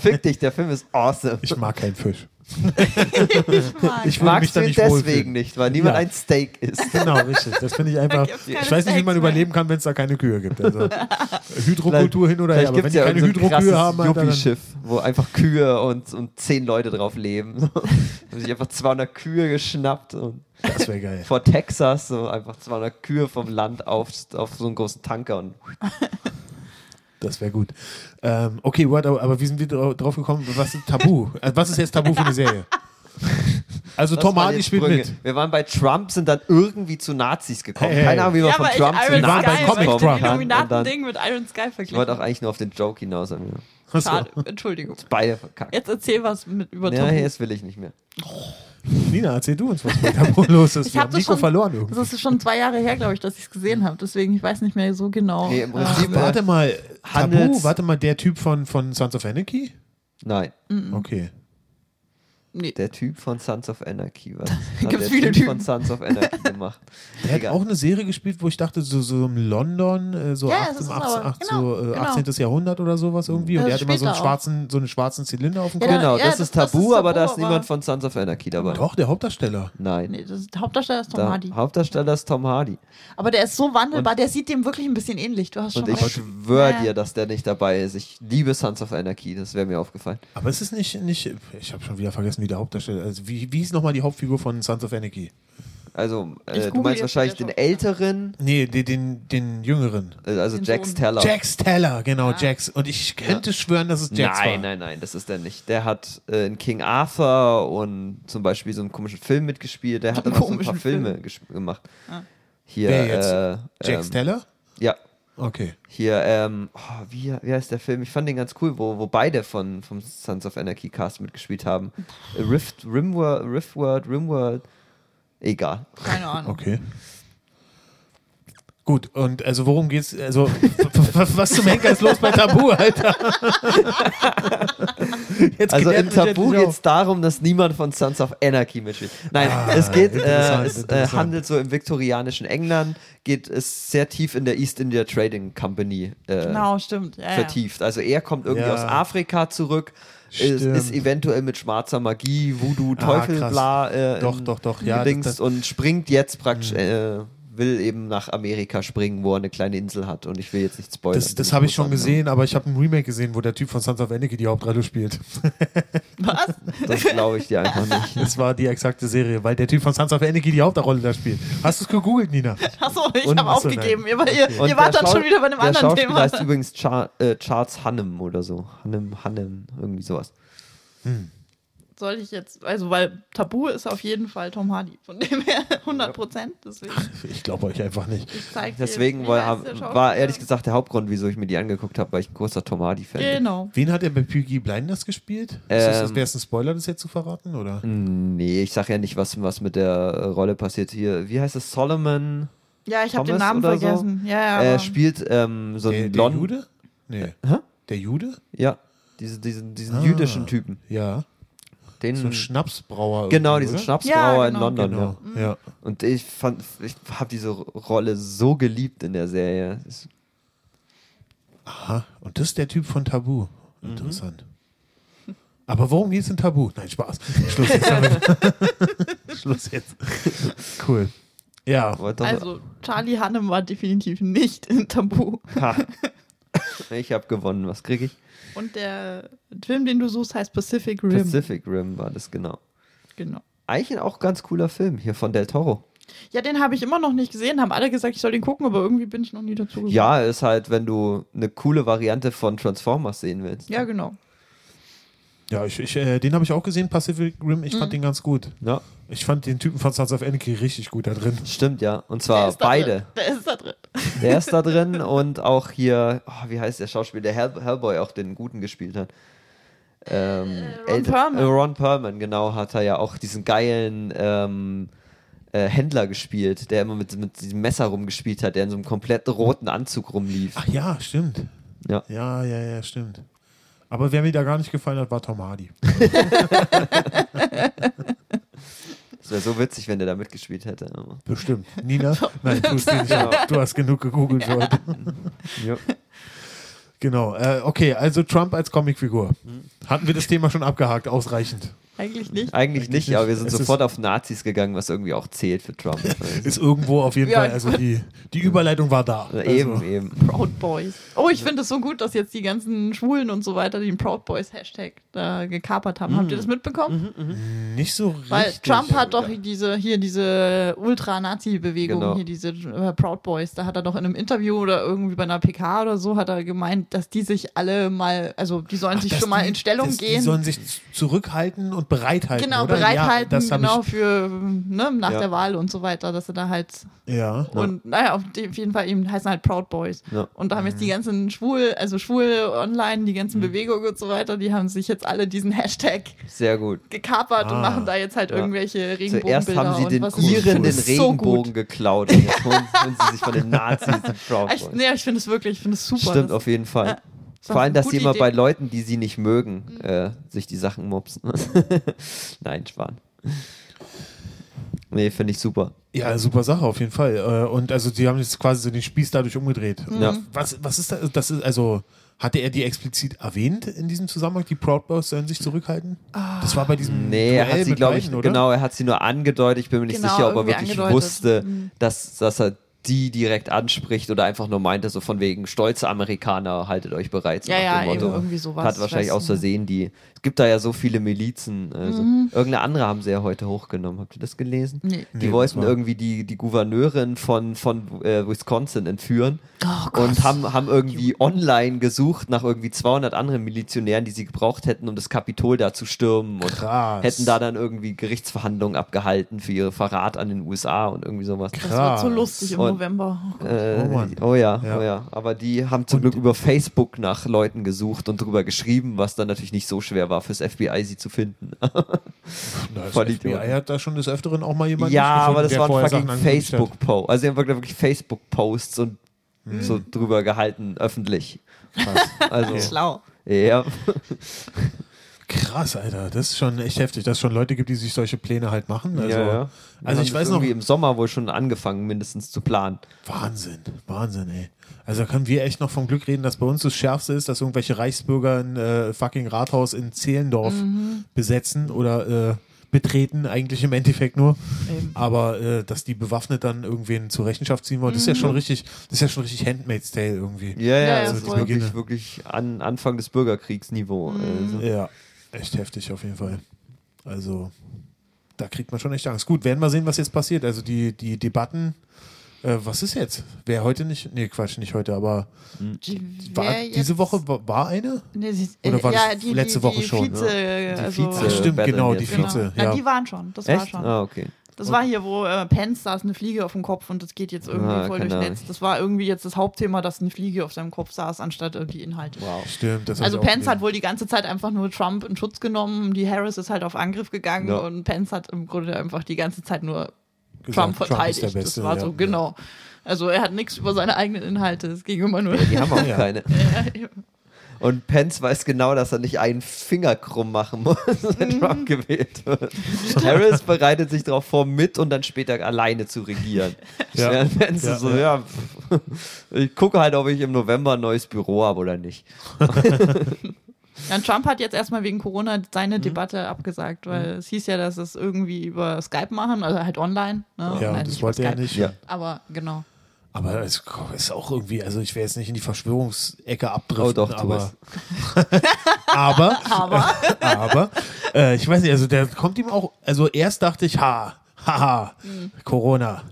C: Fick dich, der Film ist awesome.
A: Ich mag keinen Fisch.
B: mag.
A: Ich würde mich
C: magst
A: da
C: du ihn
A: nicht
C: deswegen
A: wohlfühlen.
C: nicht, weil niemand
A: Ja.
C: ein Steak ist.
A: Genau, richtig. Das finde ich einfach.
B: Da gibt's keine
A: Ich weiß nicht, wie man
B: Snacks mehr.
A: überleben kann, wenn es da keine Kühe gibt. Also, Hydrokultur hin oder her. Aber wenn
C: gibt's
A: die keine
C: irgend so ein
A: Hydrokühe
C: krasses
A: haben, Alter, dann,
C: Yuppie-Schiff, wo einfach Kühe und, und zehn Leute drauf leben. So. haben sich einfach 200 Kühe geschnappt und
A: das wäre geil.
C: vor Texas so einfach 200 Kühe vom Land auf, auf so einen großen Tanker und
A: Das wäre gut. Ähm, okay, what, aber wie sind wir dra- drauf gekommen? Was ist Tabu? Also, was ist jetzt Tabu für eine Serie? Also
C: Das
A: Tom
C: waren
A: Hardy
C: jetzt
A: spielt
C: Brügge.
A: mit.
C: Wir waren bei Trump, sind dann irgendwie zu Nazis gekommen.
A: Hey,
C: Keine Ahnung, wie man
B: ja,
C: von
B: aber
C: Trump
B: ich
C: zu
B: Iron
A: waren
B: Sky
A: bei
B: ich
A: Comic
B: hab
A: Trump.
B: den Illuminaten-Ding
C: Illuminaten-Ding.
B: mit Iron Sky
C: Ich wollte auch
B: verglichen.
C: eigentlich nur auf den Joke hinaus. aber wir haben
A: Achso.
B: Schade, Entschuldigung.
C: Beide verkackt.
B: Jetzt erzähl was mit über
C: Ja,
B: Tabu.
C: jetzt will ich nicht mehr.
A: Nina, erzähl du uns, was mit Tabu los ist.
B: Ich
A: Wir
B: hab
A: haben
B: das
A: Nico
B: schon-
A: verloren irgendwie.
B: Das ist schon zwei Jahre her, glaube ich, dass ich es gesehen habe. Deswegen, ich weiß nicht mehr so genau.
C: Nee, im
B: äh,
C: Prinzip.
A: Warte
C: äh,
A: mal, Tabu,
C: Handels-
A: warte mal, der Typ von, von Sons of Anarchy?
C: nein,
B: Mhm.
A: Okay.
B: nee.
C: der Typ von Sons of Anarchy. Was hat
B: gibt's
C: der
B: viele
C: Typ
B: Typen.
C: von Sons of Anarchy gemacht?
A: Der hat
C: Egal.
A: auch eine Serie gespielt, wo ich dachte, so, so in London, äh, so,
B: Ja,
A: 18,
B: das ist
A: 18,
B: aber-
A: 18,
B: genau,
A: so äh,
B: genau.
A: 18. Jahrhundert oder sowas irgendwie. Und
B: Ja,
A: der
B: das
A: hat immer so einen,
B: spielt er auch.
A: schwarzen, so einen schwarzen Zylinder auf dem
B: Ja,
A: Kopf.
C: genau,
B: ja,
C: das,
B: das-
C: ist
B: das ist
C: Tabu, aber da
B: Tabu,
C: ist niemand
B: aber-
C: von Sons of Anarchy dabei.
A: Doch, der Hauptdarsteller.
C: Nein.
B: Nee, das, der Hauptdarsteller ist Tom
C: Da,
B: Hardy.
C: Hauptdarsteller ist Tom Hardy.
B: Aber der ist so wandelbar, der sieht dem wirklich ein bisschen ähnlich. Du hast schon
C: Und ich
B: recht.
C: schwöre
B: Ja.
C: dir, dass der nicht dabei ist. Ich liebe Sons of Anarchy, das wäre mir aufgefallen.
A: Aber es ist nicht, nicht ich habe schon wieder vergessen, wie der Hauptdarsteller, also wie, wie hieß nochmal die Hauptfigur von Sons of Anarchy?
C: Also,
B: Ich
C: äh, du
B: google jetzt
C: meinst wahrscheinlich
B: wieder
C: den
B: schon.
C: Älteren,
A: Nee, den, den, den jüngeren.
C: äh, also
B: Den
C: Jax
B: Sohn.
C: Teller.
A: Jax Teller, genau, Jax. Und ich könnte schwören, dass es Jax
C: nein,
A: war.
C: nein, nein, das ist der nicht. Der hat äh, in King Arthur und zum Beispiel so einen komischen Film mitgespielt. Der hat dann auch so ein paar
B: Komischen Ah.
C: Filme gesp- gemacht. Hier,
A: Wer jetzt?
C: äh,
A: Jax
C: ähm,
A: Teller?
C: ja,
A: Okay.
C: hier, ähm, oh, wie, wie heißt der Film? Ich fand den ganz cool, wo, wo beide von vom Sons of Anarchy Cast mitgespielt haben. Äh, Rift, Rimworld, Riftworld, Rimworld. Egal.
B: Keine Ahnung.
A: Okay. Gut, und also worum geht's? Also, w- w- was zum Henker ist los bei Tabu, Alter? Jetzt
C: Also
A: klärt
C: im
A: mich
C: Tabu
A: endlich
C: geht
A: auf.
C: es darum, dass niemand von Sons of Anarchy mitspielt. Nein,
A: Ah,
C: es geht, äh,
A: interessant,
C: es äh,
A: interessant.
C: handelt so im viktorianischen England, geht es sehr tief in der East India Trading Company äh,
B: Genau, stimmt. Ja, ja.
C: vertieft. Also er kommt irgendwie
A: Ja.
C: aus Afrika zurück, ist,
A: Stimmt.
C: ist eventuell mit schwarzer Magie, Voodoo,
A: Ah,
C: Teufel,
A: krass.
C: bla, äh,
A: Doch,
C: in-
A: doch, doch, ja,
C: gedingst
A: das- Hm. das-
C: und springt jetzt praktisch, äh, will eben nach Amerika springen, wo er eine kleine Insel hat. Und ich will jetzt nicht spoilern.
A: Das, das habe ich
C: muss
A: schon
C: sagen.
A: gesehen, aber ich habe ein Remake gesehen, wo der Typ von Sons of Anarchy die Hauptrolle spielt.
B: Was?
C: Das glaube ich dir einfach nicht.
A: Das war die exakte Serie, weil der Typ von Sons of Anarchy die Hauptrolle da spielt. Hast du es gegoogelt, Nina?
B: Achso, ich
A: Und-
B: habe
A: Achso,
B: aufgegeben.
A: nein.
B: Ihr, war- ihr,
A: Okay.
B: ihr wart
C: der
B: dann
C: Schau-
B: schon wieder bei einem
C: der
B: anderen
C: Schauspieler
B: Thema.
C: heißt übrigens Char äh, Charles Hannem oder so. Hannem, Hannem, irgendwie sowas.
B: Soll ich jetzt, also weil Tabu ist auf jeden Fall Tom Hardy. Von dem her 100 Prozent. Deswegen
A: Ich glaube euch einfach nicht.
B: ich zeig dir,
C: Deswegen
B: wie
C: war,
B: heißt der Schauspieler?
C: war ehrlich gesagt der Hauptgrund, wieso ich mir die angeguckt habe, weil ich ein großer Tom Hardy-Fan bin.
B: Genau.
A: Wen hat er bei Peaky Blinders gespielt?
C: Ähm.
A: Ist das, wäre es ein Spoiler, das jetzt zu verraten? Oder?
C: Nee, ich sag ja nicht, was, was mit der äh, Rolle passiert hier. Wie heißt es? Solomon
B: Ja, ich habe den
C: Thomas
B: Namen
C: oder
B: vergessen.
C: so?
B: Ja, ja.
C: Äh,
B: aber-
C: spielt ähm, so
A: Der,
C: einen
A: der
C: Lon.
A: Jude? Nee.
C: Hä?
A: Der Jude?
C: Ja, diese, diesen, diesen
A: Ah.
C: jüdischen Typen.
A: Ja.
C: Den,
A: So ein Schnapsbrauer.
C: Hm. genau,
A: irgendwie,
C: diesen
A: oder?
C: Schnapsbrauer
B: Ja,
C: in
B: genau.
C: London. Ja.
A: Genau, ja.
C: Und ich fand, ich habe diese Rolle so geliebt in der Serie. Es-
A: Aha. Und das ist der Typ von Tabu.
C: Mhm.
A: Interessant. Aber worum geht es in Tabu? Nein, Spaß. Schluss jetzt damit. Schluss jetzt. Cool. Ja.
C: wollte doch-
B: also, Charlie Hannem war definitiv nicht in Tabu.
C: Ha. Ich habe gewonnen. Was kriege ich?
B: Und der Film, den du suchst, heißt Pacific Rim.
C: Pacific Rim war das genau.
B: Genau.
C: Eigentlich ein auch ganz cooler Film hier von Del Toro.
B: Ja, den habe ich immer noch nicht gesehen, haben alle gesagt, ich soll den gucken, aber irgendwie bin ich noch nie dazu gekommen.
C: Ja, ist halt, wenn du eine coole Variante von Transformers sehen willst.
B: Ja, genau.
A: Ja, ich, ich, äh, den habe ich auch gesehen, Pacific Rim. Ich
B: Mhm.
A: fand den ganz gut.
C: Ja,
A: Ich fand den Typen von Sons of Anarchy richtig gut da drin.
C: stimmt, ja. Und
B: Der
C: zwar
B: ist da
C: beide.
B: Drin. Der ist da drin.
C: Der ist da drin und auch hier, oh, wie heißt der Schauspieler, der Hell Hellboy auch den Guten gespielt hat. Ähm,
B: Ron
C: älter-
B: Perlman.
C: äh, Ron Perlman, genau, hat er ja auch diesen geilen ähm, äh, Händler gespielt, der immer mit, mit diesem Messer rumgespielt hat, der in so einem komplett roten Anzug rumlief.
A: Ach ja, stimmt.
C: Ja.
A: Ja, ja, ja, stimmt. Aber wer mir da gar nicht gefallen hat, war Tom Hardy.
C: Es wäre so witzig, wenn der da mitgespielt hätte. aber-
A: Bestimmt. Nina? Nein, du, nicht.
B: Genau.
A: du hast genug gegoogelt für heute. Genau. Äh, okay, also Trump als Comicfigur.
B: Mhm.
A: Hatten wir das Thema schon abgehakt, ausreichend.
B: Eigentlich nicht.
C: Eigentlich
A: Eigentlich
C: nicht, aber wir
A: nicht.
C: sind
A: Es ist-
C: sofort auf Nazis gegangen, was irgendwie auch zählt für Trump.
A: Ist irgendwo auf jeden
B: Ja,
A: Fall, also die, die Überleitung war da.
C: Also eben,
A: Also,
C: eben.
B: Proud Boys. Oh, ich finde es so gut, dass jetzt die ganzen Schwulen und so weiter den Proud Boys Hashtag da gekapert haben.
C: Hm.
B: Habt ihr das mitbekommen?
A: nicht so richtig.
B: Weil Trump hat doch diese hier diese Ultra-Nazi-Bewegung,
C: Genau.
B: hier diese äh, Proud Boys, da hat er doch in einem Interview oder irgendwie bei einer PK oder so, hat er gemeint, dass die sich alle mal, also die sollen sich
A: Dass
B: schon mal
A: die-
B: in Stellung
A: dass Die
B: gehen.
A: sollen sich z- zurückhalten und bereithalten.
B: genau,
A: oder?
B: bereithalten,
A: Ja, das hab
B: genau für ne, nach
C: Ja.
B: der Wahl und so weiter, dass sie da halt
A: Ich, ja.
B: Und naja, auf de- auf jeden Fall eben heißen halt Proud Boys.
C: Ja.
B: Und da haben
A: Mhm.
B: jetzt die ganzen Schwul, also Schwul online, die ganzen Bewegungen und so weiter, die haben sich jetzt alle diesen Hashtag
C: Sehr gut.
B: gekapert
A: Ah,
B: und machen da jetzt halt
C: ja.
B: irgendwelche Regenbogenbilder.
C: Zuerst haben sie
B: und
C: den
B: was weiß ich.
C: Iren
B: Ich
C: den
B: find das
C: Regenbogen
B: So
C: geklaut und jetzt holen holen sie sich von den Nazis den Proud
B: gut. Ah, Ich,
C: Boys.
B: nee, ich finde es wirklich, ich finde es super.
C: Stimmt, oh,
B: das,
C: auf jeden Fall.
B: das war
C: Vor allem,
B: eine
C: dass
B: gute
C: sie immer
B: Idee. Mhm.
C: bei Leuten, die sie nicht mögen, äh, sich die Sachen mopsen. Nein, Schwan. Nee, finde ich super.
A: Ja, super Sache auf jeden Fall. Äh, Und also die haben jetzt quasi so den Spieß dadurch umgedreht.
B: Mhm.
C: Ja.
A: Was, was ist da, das ist, also, hatte er die explizit erwähnt in diesem Zusammenhang? Die Proud Boys sollen sich zurückhalten?
B: Ah.
A: Das war bei diesem
C: Nee,
A: Duell
C: er hat sie,
A: mit
C: glaube ich,
A: beiden, oder?
C: genau, er hat sie nur angedeutet. Ich bin mir nicht
B: Genau,
C: sicher, ob er
B: irgendwie
C: wirklich
B: angedeutet.
C: wusste, dass, dass er die direkt anspricht oder einfach nur meinte, so von wegen stolze Amerikaner, haltet euch bereit. so
B: Ja,
C: nach
B: ja,
C: dem
B: eben irgendwie sowas,
C: Hat wahrscheinlich
B: weißt du, Mhm.
C: aus Versehen die. Es gibt da ja so viele Milizen. Also. Irgendeine andere haben sie ja heute hochgenommen. Habt ihr das gelesen?
B: Nee.
C: Die
A: Nee,
C: wollten
A: das war-
C: irgendwie die, die Gouverneurin von, von äh, Wisconsin entführen
B: Oh Gott.
C: und haben, haben irgendwie online gesucht nach irgendwie 200 anderen Milizionären, die sie gebraucht hätten, um das Kapitol da zu stürmen. Und
A: Krass.
C: hätten da dann irgendwie Gerichtsverhandlungen abgehalten für ihre Verrat an den USA und irgendwie sowas.
B: Das wird so
A: Krass.
B: lustig im
C: Und-
B: November. Oh Gott.
C: Äh,
A: Oh Mann.
C: oh ja,
A: Ja.
C: oh ja. Aber die haben zum Glück über Facebook nach Leuten gesucht und drüber geschrieben, was dann natürlich nicht so schwer war fürs FBI, sie zu finden.
A: Na, das
C: voll
A: FBI
C: Idioten.
A: hat da schon des Öfteren auch mal jemand
C: ja, aber das
A: der
C: waren
A: vorher Sachen
C: fucking
A: angekündigt hat.
C: Facebook-Posts. Also die haben wirklich, wirklich Facebook-Posts und
A: Mhm.
C: so drüber gehalten, öffentlich. Also,
B: Schlau.
C: ja.
A: Krass, Alter. Das ist schon echt heftig, dass es schon Leute gibt, die sich solche Pläne halt machen. Also,
C: ja, ja. Wir
A: also
C: haben
A: ich
C: das
A: weiß noch,
C: irgendwie im Sommer wohl schon angefangen, mindestens zu planen.
A: Wahnsinn, Wahnsinn, ey. Also da können wir echt noch vom Glück reden, dass bei uns das Schärfste ist, dass irgendwelche Reichsbürger ein äh, fucking Rathaus in Zehlendorf besetzen oder äh, betreten, eigentlich im Endeffekt nur.
B: Eben.
A: Aber äh, dass die bewaffnet dann irgendwen zur Rechenschaft ziehen wollen, das ist ja schon richtig, das ist ja schon richtig Handmaid's Tale irgendwie.
C: Ja, ja,
B: Ja, ja,
C: also das ist
B: voll. Mhm.
C: wirklich, wirklich an Anfang des Bürgerkriegsniveau. Also.
A: Ja, echt heftig auf jeden Fall. Also, da kriegt man schon echt Angst. Gut, werden wir sehen, was jetzt passiert. Also, die, die Debatten, äh, was ist jetzt? Wer heute nicht, nee, Quatsch, nicht heute, aber
B: Die,
A: war,
B: wer
A: diese
B: jetzt-
A: Woche wa- war eine?
B: Nee, sie,
A: Oder war
B: ja,
A: das
B: die,
A: letzte
B: die,
A: Woche
B: die
A: schon,
B: Vize, also,
C: Vize-
A: Ach, stimmt,
C: Battle
A: genau, die
C: jetzt.
B: Genau.
A: Vize.
B: Na,
A: Ja.
B: die waren schon, das war
C: Echt?
B: schon.
C: Ah, okay.
B: Das war hier, wo äh, Pence saß, eine Fliege auf dem Kopf und das geht jetzt irgendwie
C: Ah,
B: voll
C: keine
B: durchs
C: Ahnung.
B: Netz. Das war irgendwie jetzt das Hauptthema, dass eine Fliege auf seinem Kopf saß, anstatt irgendwie Inhalte.
C: Wow.
A: Stimmt, das hab
B: Also
A: ich auch
B: Pence hat
A: gelesen.
B: wohl die ganze Zeit einfach nur Trump in Schutz genommen, die Harris ist halt auf Angriff gegangen
C: Ja.
B: und Pence hat im Grunde einfach die ganze Zeit
A: Gesagt,
B: nur Trump
A: Trump ist
B: verteidigt.
A: der Beste,
B: das war
A: ja.
B: so, genau. Also er hat nichts über seine eigenen Inhalte, es ging immer nur.
C: Die haben auch
A: Ja.
C: keine. Und Pence weiß genau, dass er nicht einen Finger krumm machen muss, wenn
B: Mhm.
C: Trump gewählt wird. Harris bereitet sich darauf vor, mit und dann später alleine zu regieren.
A: Ja.
C: Während Pence
A: Ja,
C: so,
A: ja.
C: ja, pff, ich gucke halt, ob ich im November ein neues Büro habe oder nicht.
B: Dann Trump hat jetzt erstmal wegen Corona seine
A: Mhm.
B: Debatte abgesagt, weil es hieß ja, dass es irgendwie über Skype machen, also halt online. Ne?
A: Ja,
B: Nein,
A: und das
B: über
A: wollte er
B: Skype.
A: nicht.
C: Ja.
B: Aber genau.
A: Aber es ist auch irgendwie, also ich wäre jetzt nicht in die Verschwörungsecke abdriften,
C: Oh doch, du
A: aber. aber,
B: Aber
A: aber äh, ich weiß nicht, also der kommt ihm auch, also erst dachte ich, ha, haha,
B: Mhm.
A: Corona.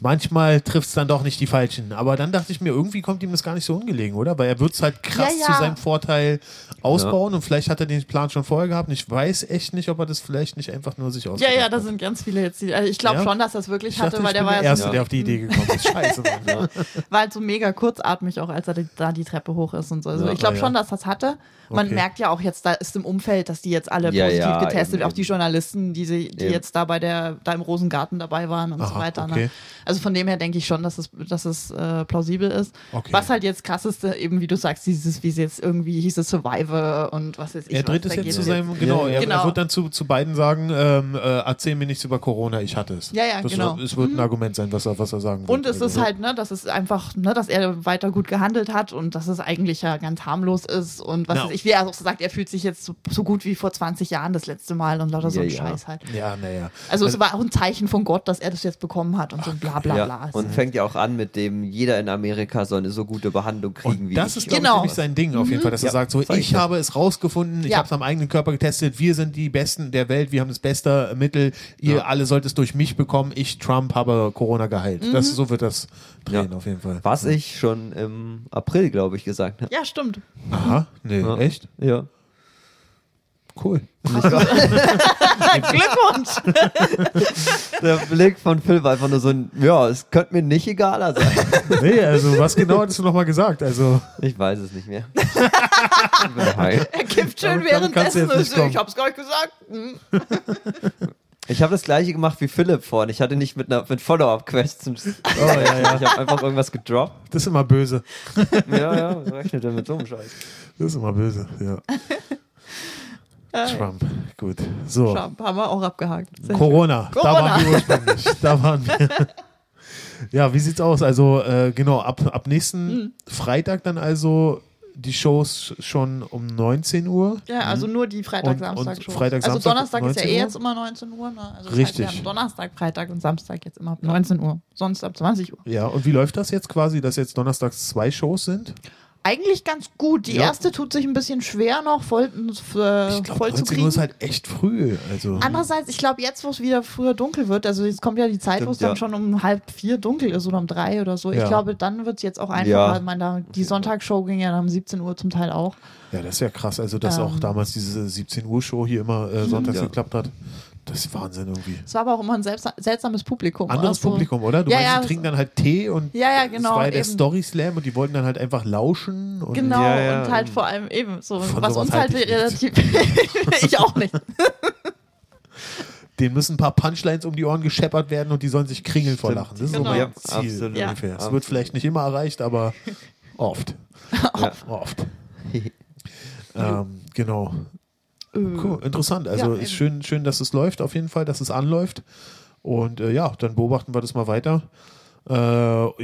A: Manchmal trifft es dann doch nicht die Falschen. Aber dann dachte ich mir, irgendwie kommt ihm das gar nicht so ungelegen, oder? Weil er wird es halt krass
B: Ja, ja.
A: zu seinem Vorteil ausbauen und vielleicht hat er den Plan schon vorher gehabt. Und ich weiß echt nicht, ob er das vielleicht nicht einfach nur sich
B: ja,
A: ausgedacht
B: ja, da
A: hat.
B: sind ganz viele jetzt. Die, also ich glaube
A: Ja?
B: schon, dass das wirklich
A: Ich dachte,
B: hatte, weil
A: ich
B: der
A: bin
B: war
A: der
B: ja
A: Erste,
B: so,
A: der auf die Idee gekommen ist. Scheiße, Mann.
B: war halt so mega kurzatmig auch, als er die- da die Treppe hoch ist und so. Also
A: Ja,
B: ich glaube
A: ja.
B: schon, dass das hatte. Man
A: Okay.
B: merkt ja auch jetzt, da ist im Umfeld, dass die jetzt alle
C: Ja,
B: positiv
C: ja,
B: getestet,
C: eben,
B: auch die
C: eben.
B: Journalisten, die, sie, die
C: Eben.
B: jetzt da bei der da im Rosengarten dabei waren und so
A: Aha,
B: weiter.
A: okay.
B: Ne? Also von dem her denke ich schon, dass es, dass es äh, plausibel ist.
A: Okay.
B: Was halt jetzt krasseste, eben wie du sagst, dieses, wie es jetzt irgendwie hieß es Survivor und was ist ich.
A: Er dreht
B: was,
A: es
B: da
A: jetzt
B: geht's
A: zu seinem, genau,
C: Ja,
A: er,
B: genau.
A: er wird dann zu, zu beiden sagen, ähm, äh, erzähl mir nichts über Corona, ich hatte es.
B: Ja, ja,
A: das
B: genau.
A: Wird, es wird ein Argument sein, was er, was er sagen wird.
B: Und es
A: Also,
B: ist halt, ne, dass es einfach, ne, dass er weiter gut gehandelt hat und dass es eigentlich ja ganz harmlos ist und was
A: Na.
B: weiß ich, wie er auch so sagt, er fühlt sich jetzt so, so gut wie vor 20 Jahren das letzte Mal und lauter so
C: Ja,
B: ein
C: ja.
B: Scheiß halt.
A: Ja, naja.
B: Also, es war auch ein Zeichen von Gott, dass er das jetzt bekommen hat und so ein bla bla bla.
C: Ja. Und fängt ja auch an mit dem, jeder in Amerika soll eine so gute Behandlung kriegen
A: Und
C: wie
A: das
C: ich.
A: ist, glaube
B: Genau.
A: ich, nämlich sein Ding auf jeden Fall, dass
C: Ja,
A: er sagt, so,
C: sag ich
A: ich
C: doch.
A: habe es rausgefunden, ich
B: Ja.
A: habe es am eigenen Körper getestet, wir sind die Besten der Welt, wir haben das beste Mittel, ihr alle sollt es durch mich bekommen, ich, Trump, habe Corona geheilt.
B: Mhm.
A: Das, so wird das drehen
C: Ja.
A: auf jeden Fall.
C: Was ich schon im April, glaube ich, gesagt habe.
B: Ja, stimmt.
A: Aha, nee, echt?
C: Ja.
A: Cool.
B: Glückwunsch!
C: Der Blick von Phil war einfach nur so ein, ja, es könnte mir nicht egaler sein.
A: nee, also was genau hattest du nochmal gesagt? Also,
C: Ich weiß es nicht mehr. Ich bin high.
B: Er kippt schön
A: Damit- damit kannst du
B: währenddessen.
A: jetzt nicht kommen.
B: Also, ich hab's gar nicht gesagt. Hm.
C: ich habe das gleiche gemacht wie Philipp vorhin. Ich hatte nicht mit, einer- mit Follow-up-Questions.
A: oh, ja, ja.
C: Ich habe einfach irgendwas gedroppt.
A: das ist immer böse.
C: Ja, ja, rechnet er mit so einem Scheiß.
A: Das ist immer böse, ja. Trump, gut. So,
B: Äh, Trump, haben wir auch abgehakt. Sehr schön.
A: Corona, da
B: Corona.
A: waren wir ursprünglich. da waren wir.
B: Hm.
A: Ja, wie sieht's aus? Also, äh, genau, ab, ab nächsten Freitag dann also die Shows schon um 19 Uhr.
B: Ja, also nur die Freitag,
A: Hm. Und- und
B: Samstag schon.
A: Freitag,
B: also
A: Samstag,
B: Donnerstag ist ja
A: 19
B: eh
A: Uhr?
B: jetzt immer 19 Uhr. Ne? Also
A: Richtig.
B: Das heißt, wir haben Donnerstag, Freitag und Samstag jetzt immer ab 19 Uhr. Sonst ab 20 Uhr.
A: Ja, und wie läuft das jetzt quasi, dass jetzt donnerstags zwei Shows sind?
B: Eigentlich ganz gut. Die
A: Ja.
B: erste tut sich ein bisschen schwer noch voll, äh,
A: Ich glaube,
B: voll zu
A: 19 Uhr
B: kriegen.
A: ist halt echt früh. Also,
B: Andererseits, ich glaube, jetzt, wo es wieder früher dunkel wird, also jetzt kommt ja die Zeit, wo es
C: Stimmt,
B: dann
C: ja.
B: schon um halb vier dunkel ist oder um drei oder so. Ich
A: Ja.
B: glaube, dann wird es jetzt auch einfacher.
C: Ja.
B: Ich meine, da, die Sonntagsshow ging ja dann um 17 Uhr zum Teil auch.
A: ja, das ist ja krass. Also, dass
B: Ähm. Hm.
A: auch damals diese 17 Uhr Show hier immer äh, sonntags
C: Ja.
A: geklappt hat. Das ist Wahnsinn irgendwie.
B: Es war aber auch immer ein selbst, seltsames Publikum.
A: Anderes
B: Also-
A: Publikum, oder? Du
B: ja,
A: meinst,
B: ja,
A: die trinken dann halt Tee und
B: Ja, ja, genau,
A: es war ja der
B: eben.
A: Story Slam und die wollten dann halt einfach lauschen. Und
B: Genau,
C: Ja, ja,
B: und halt
C: eben.
B: vor allem eben so,
A: Von
B: was
A: sowas
B: uns halt
A: halte ich
B: relativ. ich auch nicht.
A: denen müssen ein paar Punchlines um die Ohren gescheppert werden und die sollen sich kringeln vor
C: Stimmt.
A: Lachen. Das ist
B: Genau.
A: so mein
B: Ja,
A: Ziel
C: absolut.
B: Ja.
A: ungefähr. Es
C: Absolut.
A: wird vielleicht nicht immer erreicht, aber oft.
C: Ja.
A: Oft. ähm, genau. Cool, interessant.
B: Äh. Ja, ähm.
A: Also
B: eben.
A: ist schön, schön, dass es läuft, auf jeden Fall, dass es anläuft. Und äh, ja, dann beobachten wir das mal weiter. Äh,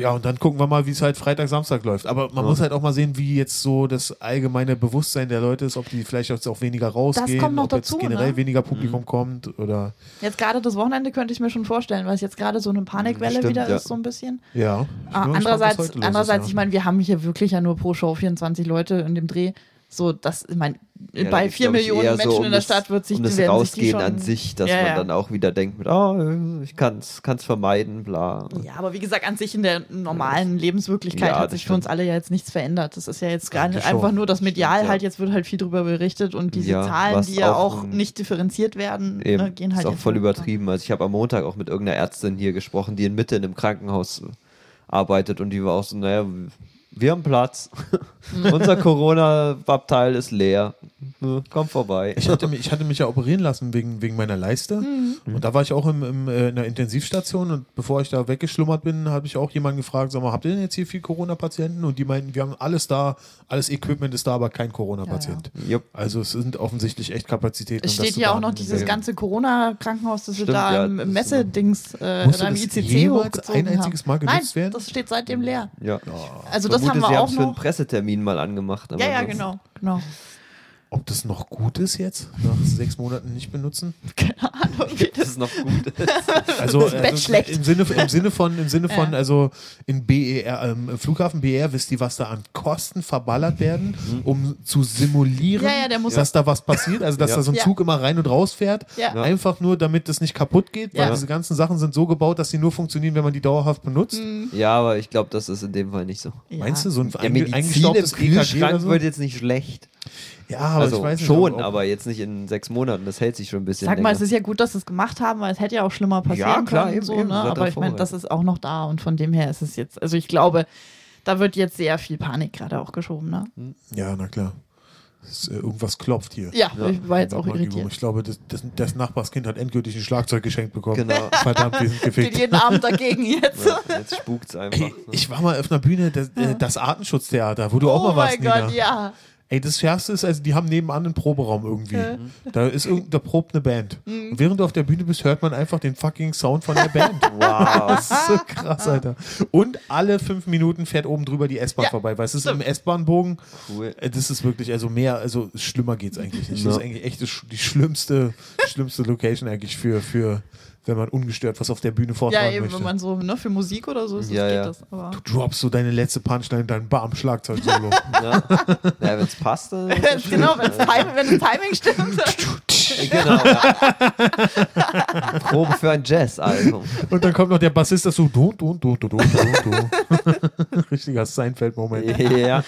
A: ja, und dann gucken wir mal, wie es halt Freitag, Samstag läuft. Aber man muss halt auch mal sehen, wie jetzt so das allgemeine Bewusstsein der Leute ist, ob die vielleicht jetzt auch weniger rausgehen,
B: kommt noch
A: ob
B: dazu,
A: jetzt generell
B: ne?
A: weniger Publikum
C: Mhm.
A: kommt oder
B: Jetzt gerade das Wochenende könnte ich mir schon vorstellen, weil es jetzt gerade so eine Panikwelle
C: Stimmt,
B: wieder
C: ja.
B: ist, so ein bisschen.
A: ja. Ich
B: Ah,
A: bin mal gespannt, was
B: andererseits,
A: heute los ist,
B: andererseits
A: ja.
B: ich meine, wir haben hier wirklich ja nur pro Show 24 Leute in dem Dreh. So, das, ich meine,
C: da
B: bei
C: geht's,
B: vier
C: glaub ich,
B: Millionen
C: eher so
B: Menschen
C: um
B: in der
C: das-
B: Stadt wird sich
C: um das
B: werden sich die
C: Rausgehen
B: schon,
C: an sich, dass
B: ja,
C: man
B: ja.
C: dann auch wieder denkt, mit, oh, ich kann es kann's vermeiden, bla.
B: Ja, aber wie gesagt, an sich in der normalen Lebenswirklichkeit
C: Ja,
B: hat
C: das
B: sich für
C: stimmt.
B: uns alle ja jetzt nichts verändert. Das ist ja jetzt gar
A: Eigentlich
B: nicht
A: schon.
B: einfach nur das Medial
C: Stimmt, ja.
B: halt, jetzt wird halt viel drüber berichtet und diese
C: Ja,
B: Zahlen,
C: was
B: die ja
C: auch
B: auch
C: ein-
B: nicht differenziert werden,
C: Eben,
B: ne, gehen halt
C: ist auch
B: jetzt
C: voll
B: hoch.
C: übertrieben. Also ich habe am Montag auch mit irgendeiner Ärztin hier gesprochen, die in Mitte in einem Krankenhaus arbeitet und die war auch so, naja, wir haben Platz.
B: Mhm.
C: Unser Corona-Abteil ist leer. Ne, Komm vorbei.
A: Ich hatte, mich, ich hatte mich ja operieren lassen wegen, wegen meiner Leiste. Und da war ich auch im, im, äh, in der Intensivstation. Und bevor ich da weggeschlummert bin, habe ich auch jemanden gefragt: Sag mal, habt ihr denn jetzt hier viel Corona-Patienten? Und die meinten, wir haben alles da, alles Equipment ist da, aber kein Corona-Patient.
C: Jupp.
A: Also es sind offensichtlich echt Kapazitäten.
B: Es
A: um das
B: steht
A: zu
B: ja auch noch
A: behandeln.
B: dieses
C: Ja.
B: ganze Corona-Krankenhaus, das sie
C: Stimmt,
B: da
C: ja,
B: im
C: das
B: im
C: ist-
B: Messedings äh,
A: Musste
B: oder im
A: das
B: ICC
A: jemals
B: hochgezogen
A: ein einziges Mal
B: haben.
A: genutzt
B: Nein,
A: werden?
B: das steht seitdem leer.
C: Ja.
B: Also das
C: Oh, Vermute,
B: haben wir
C: sie
B: auch
C: haben's für einen
B: noch.
C: Pressetermin mal angemacht. aber
B: Ja, ja,
C: sonst-
B: genau, genau.
A: Ob das noch gut ist jetzt, nach sechs Monaten nicht benutzen?
C: Das ist noch gut.
A: Also,
B: Das Bett schlecht.
A: Im Sinne, im Sinne von, im Sinne von also in BER, ähm, im Flughafen BER wisst ihr, was da an Kosten verballert werden,
C: Mhm.
A: um zu simulieren,
B: Ja, ja, der muss-
A: dass da was passiert, also dass
C: Ja.
A: da so ein
B: Ja.
A: Zug immer rein und raus fährt,
B: Ja. Ja.
A: einfach nur, damit das nicht kaputt geht, weil
B: Ja.
A: diese ganzen Sachen sind so gebaut, dass sie nur funktionieren, wenn man die dauerhaft benutzt.
B: Mhm.
C: ja, aber ich glaube, das ist in dem Fall nicht so.
B: Ja.
A: Meinst du, so ein
C: Der
A: einge-
C: Medizin im
A: eingestaubtes EKG oder
C: Kühlschrank
A: so?
C: wird jetzt nicht schlecht.
A: Ja, aber
C: also
A: ich weiß nicht,
C: schon,
A: ob-
C: aber jetzt nicht in sechs Monaten. Das hält sich schon ein bisschen
B: Sag mal, es
C: länger.
B: ist ja gut, dass sie es gemacht haben, weil es hätte ja auch schlimmer passieren
C: Ja, klar,
B: können.
C: eben,
B: so,
C: eben,
B: ne?
C: seid
B: Aber ich meine,
C: vorbereitet.
B: das ist auch noch da und von dem her ist es jetzt, also ich glaube, da wird jetzt sehr viel Panik gerade auch geschoben. Ne?
C: Hm?
A: Ja, na klar. Es ist, äh, irgendwas klopft hier.
B: Ja, ich war jetzt auch
A: Nochmal Übung.
B: irritiert.
A: Ich glaube, das, das, das Nachbarskind hat endgültig ein Schlagzeug geschenkt bekommen.
C: Genau.
A: Verdammt, wir sind
B: Geht
A: gefickt.
B: jeden Abend dagegen jetzt.
C: ja, jetzt spukt's einfach.
A: Ey, ich war mal auf einer Bühne, das, äh, das Artenschutztheater, wo du auch
B: oh
A: mal warst,
B: mein Gott,
A: Nina.
B: ja.
A: Ey, das Schärfste ist, also die haben nebenan einen Proberaum irgendwie. Da ist irgend, da probt eine Band.
B: Mhm.
A: Und während du auf der Bühne bist, hört man einfach den fucking Sound von der Band.
C: Wow.
A: Das ist so krass, Alter. Und alle fünf Minuten fährt oben drüber die S-Bahn
B: Ja,
A: vorbei, weil es ist im
B: stimmt.
A: S-Bahn-Bogen.
C: Cool.
A: Äh, Das ist wirklich, also mehr, also schlimmer geht's eigentlich nicht. Das
C: Ja.
A: ist eigentlich echt das sch- die schlimmste, schlimmste Location eigentlich für, für, wenn man ungestört was auf der Bühne vortragen
B: Ja, eben,
A: möchte.
B: wenn man so ne, für Musik oder so ist, das
C: Ja,
B: geht
C: ja.
B: das. Aber
A: du droppst so deine letzte Punchline und dann bam, Schlagzeug-Solo.
C: Ja, Ne? ja wenn es passt, dann ist das schön.
B: genau, wenn das Timing, wenn das Timing stimmt.
C: genau. Ja. Probe für ein Jazz-Album.
A: und dann kommt noch der Bassist dazu. Du, du, du, du, du, du, du. Richtiger Seinfeld-Moment.
C: Ja.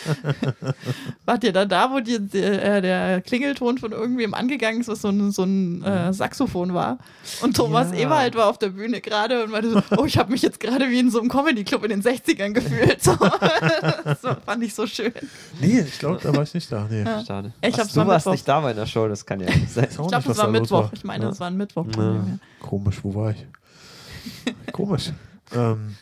B: Wart ihr dann da, wo die, die, äh, der Klingelton von irgendwem angegangen ist, was so ein, so ein äh, Saxophon war? Und Thomas
C: Ja.
B: Ewald war auf der Bühne gerade und meinte so, oh, ich habe mich jetzt gerade wie in so einem Comedy-Club in den 60ern gefühlt. So. das war- fand ich so schön.
A: Nee, ich glaube, da war ich nicht da. Nee.
C: Schade.
B: Ich
C: Ach,
B: hab's
C: du
B: mal
C: warst
B: Mittwoch.
C: nicht da bei einer Show, das kann ja nicht sein.
A: Weiß auch
B: Ich
A: nicht,
B: glaube, das
A: was
B: war
A: da los
B: Mittwoch.
A: war.
B: Ich meine,
C: Ja.
B: das war ein Mittwoch.
C: Ja.
B: Ja.
A: Komisch, wo war ich? Komisch. Ähm,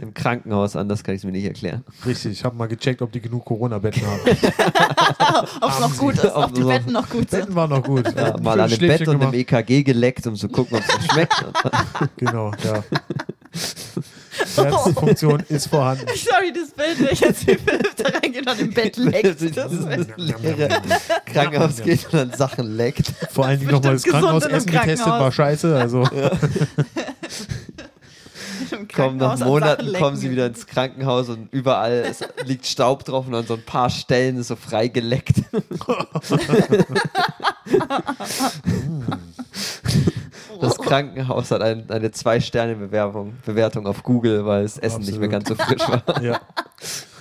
C: Im Krankenhaus, anders kann ich es mir nicht erklären.
A: richtig, ich habe mal gecheckt, ob die genug Corona-Betten haben.
B: Ob es noch gut ist, ob die
C: so-
B: Betten noch gut sind.
A: Betten waren noch gut.
C: Ja, mal an dem Bett und im E EKG geleckt, um zu gucken, ob es schmeckt. Und
A: Genau, ja. Herzfunktion ist vorhanden.
B: Sorry, das Bild, ich jetzt wie Philipp da reingeht und im Bett leckt.
C: Wenn das leere Krankenhaus geht und dann Sachen leckt.
A: Vor allen Dingen nochmal das
B: Bestimmt gesund in einem
A: Krankenhausessen getestet war
B: Krankenhaus.
A: scheiße. Also
B: Im
C: Kommen nach
B: Krankenhaus an
C: Monaten
B: Sachen
C: kommen sie
B: lecken.
C: wieder ins Krankenhaus und überall es liegt Staub drauf und an so ein paar Stellen ist so frei geleckt. Das Krankenhaus hat ein, eine Zwei-Sterne-Bewertung Bewertung auf Google, weil das Essen nicht mehr
A: Absolut.
C: ganz so frisch war.
A: ja.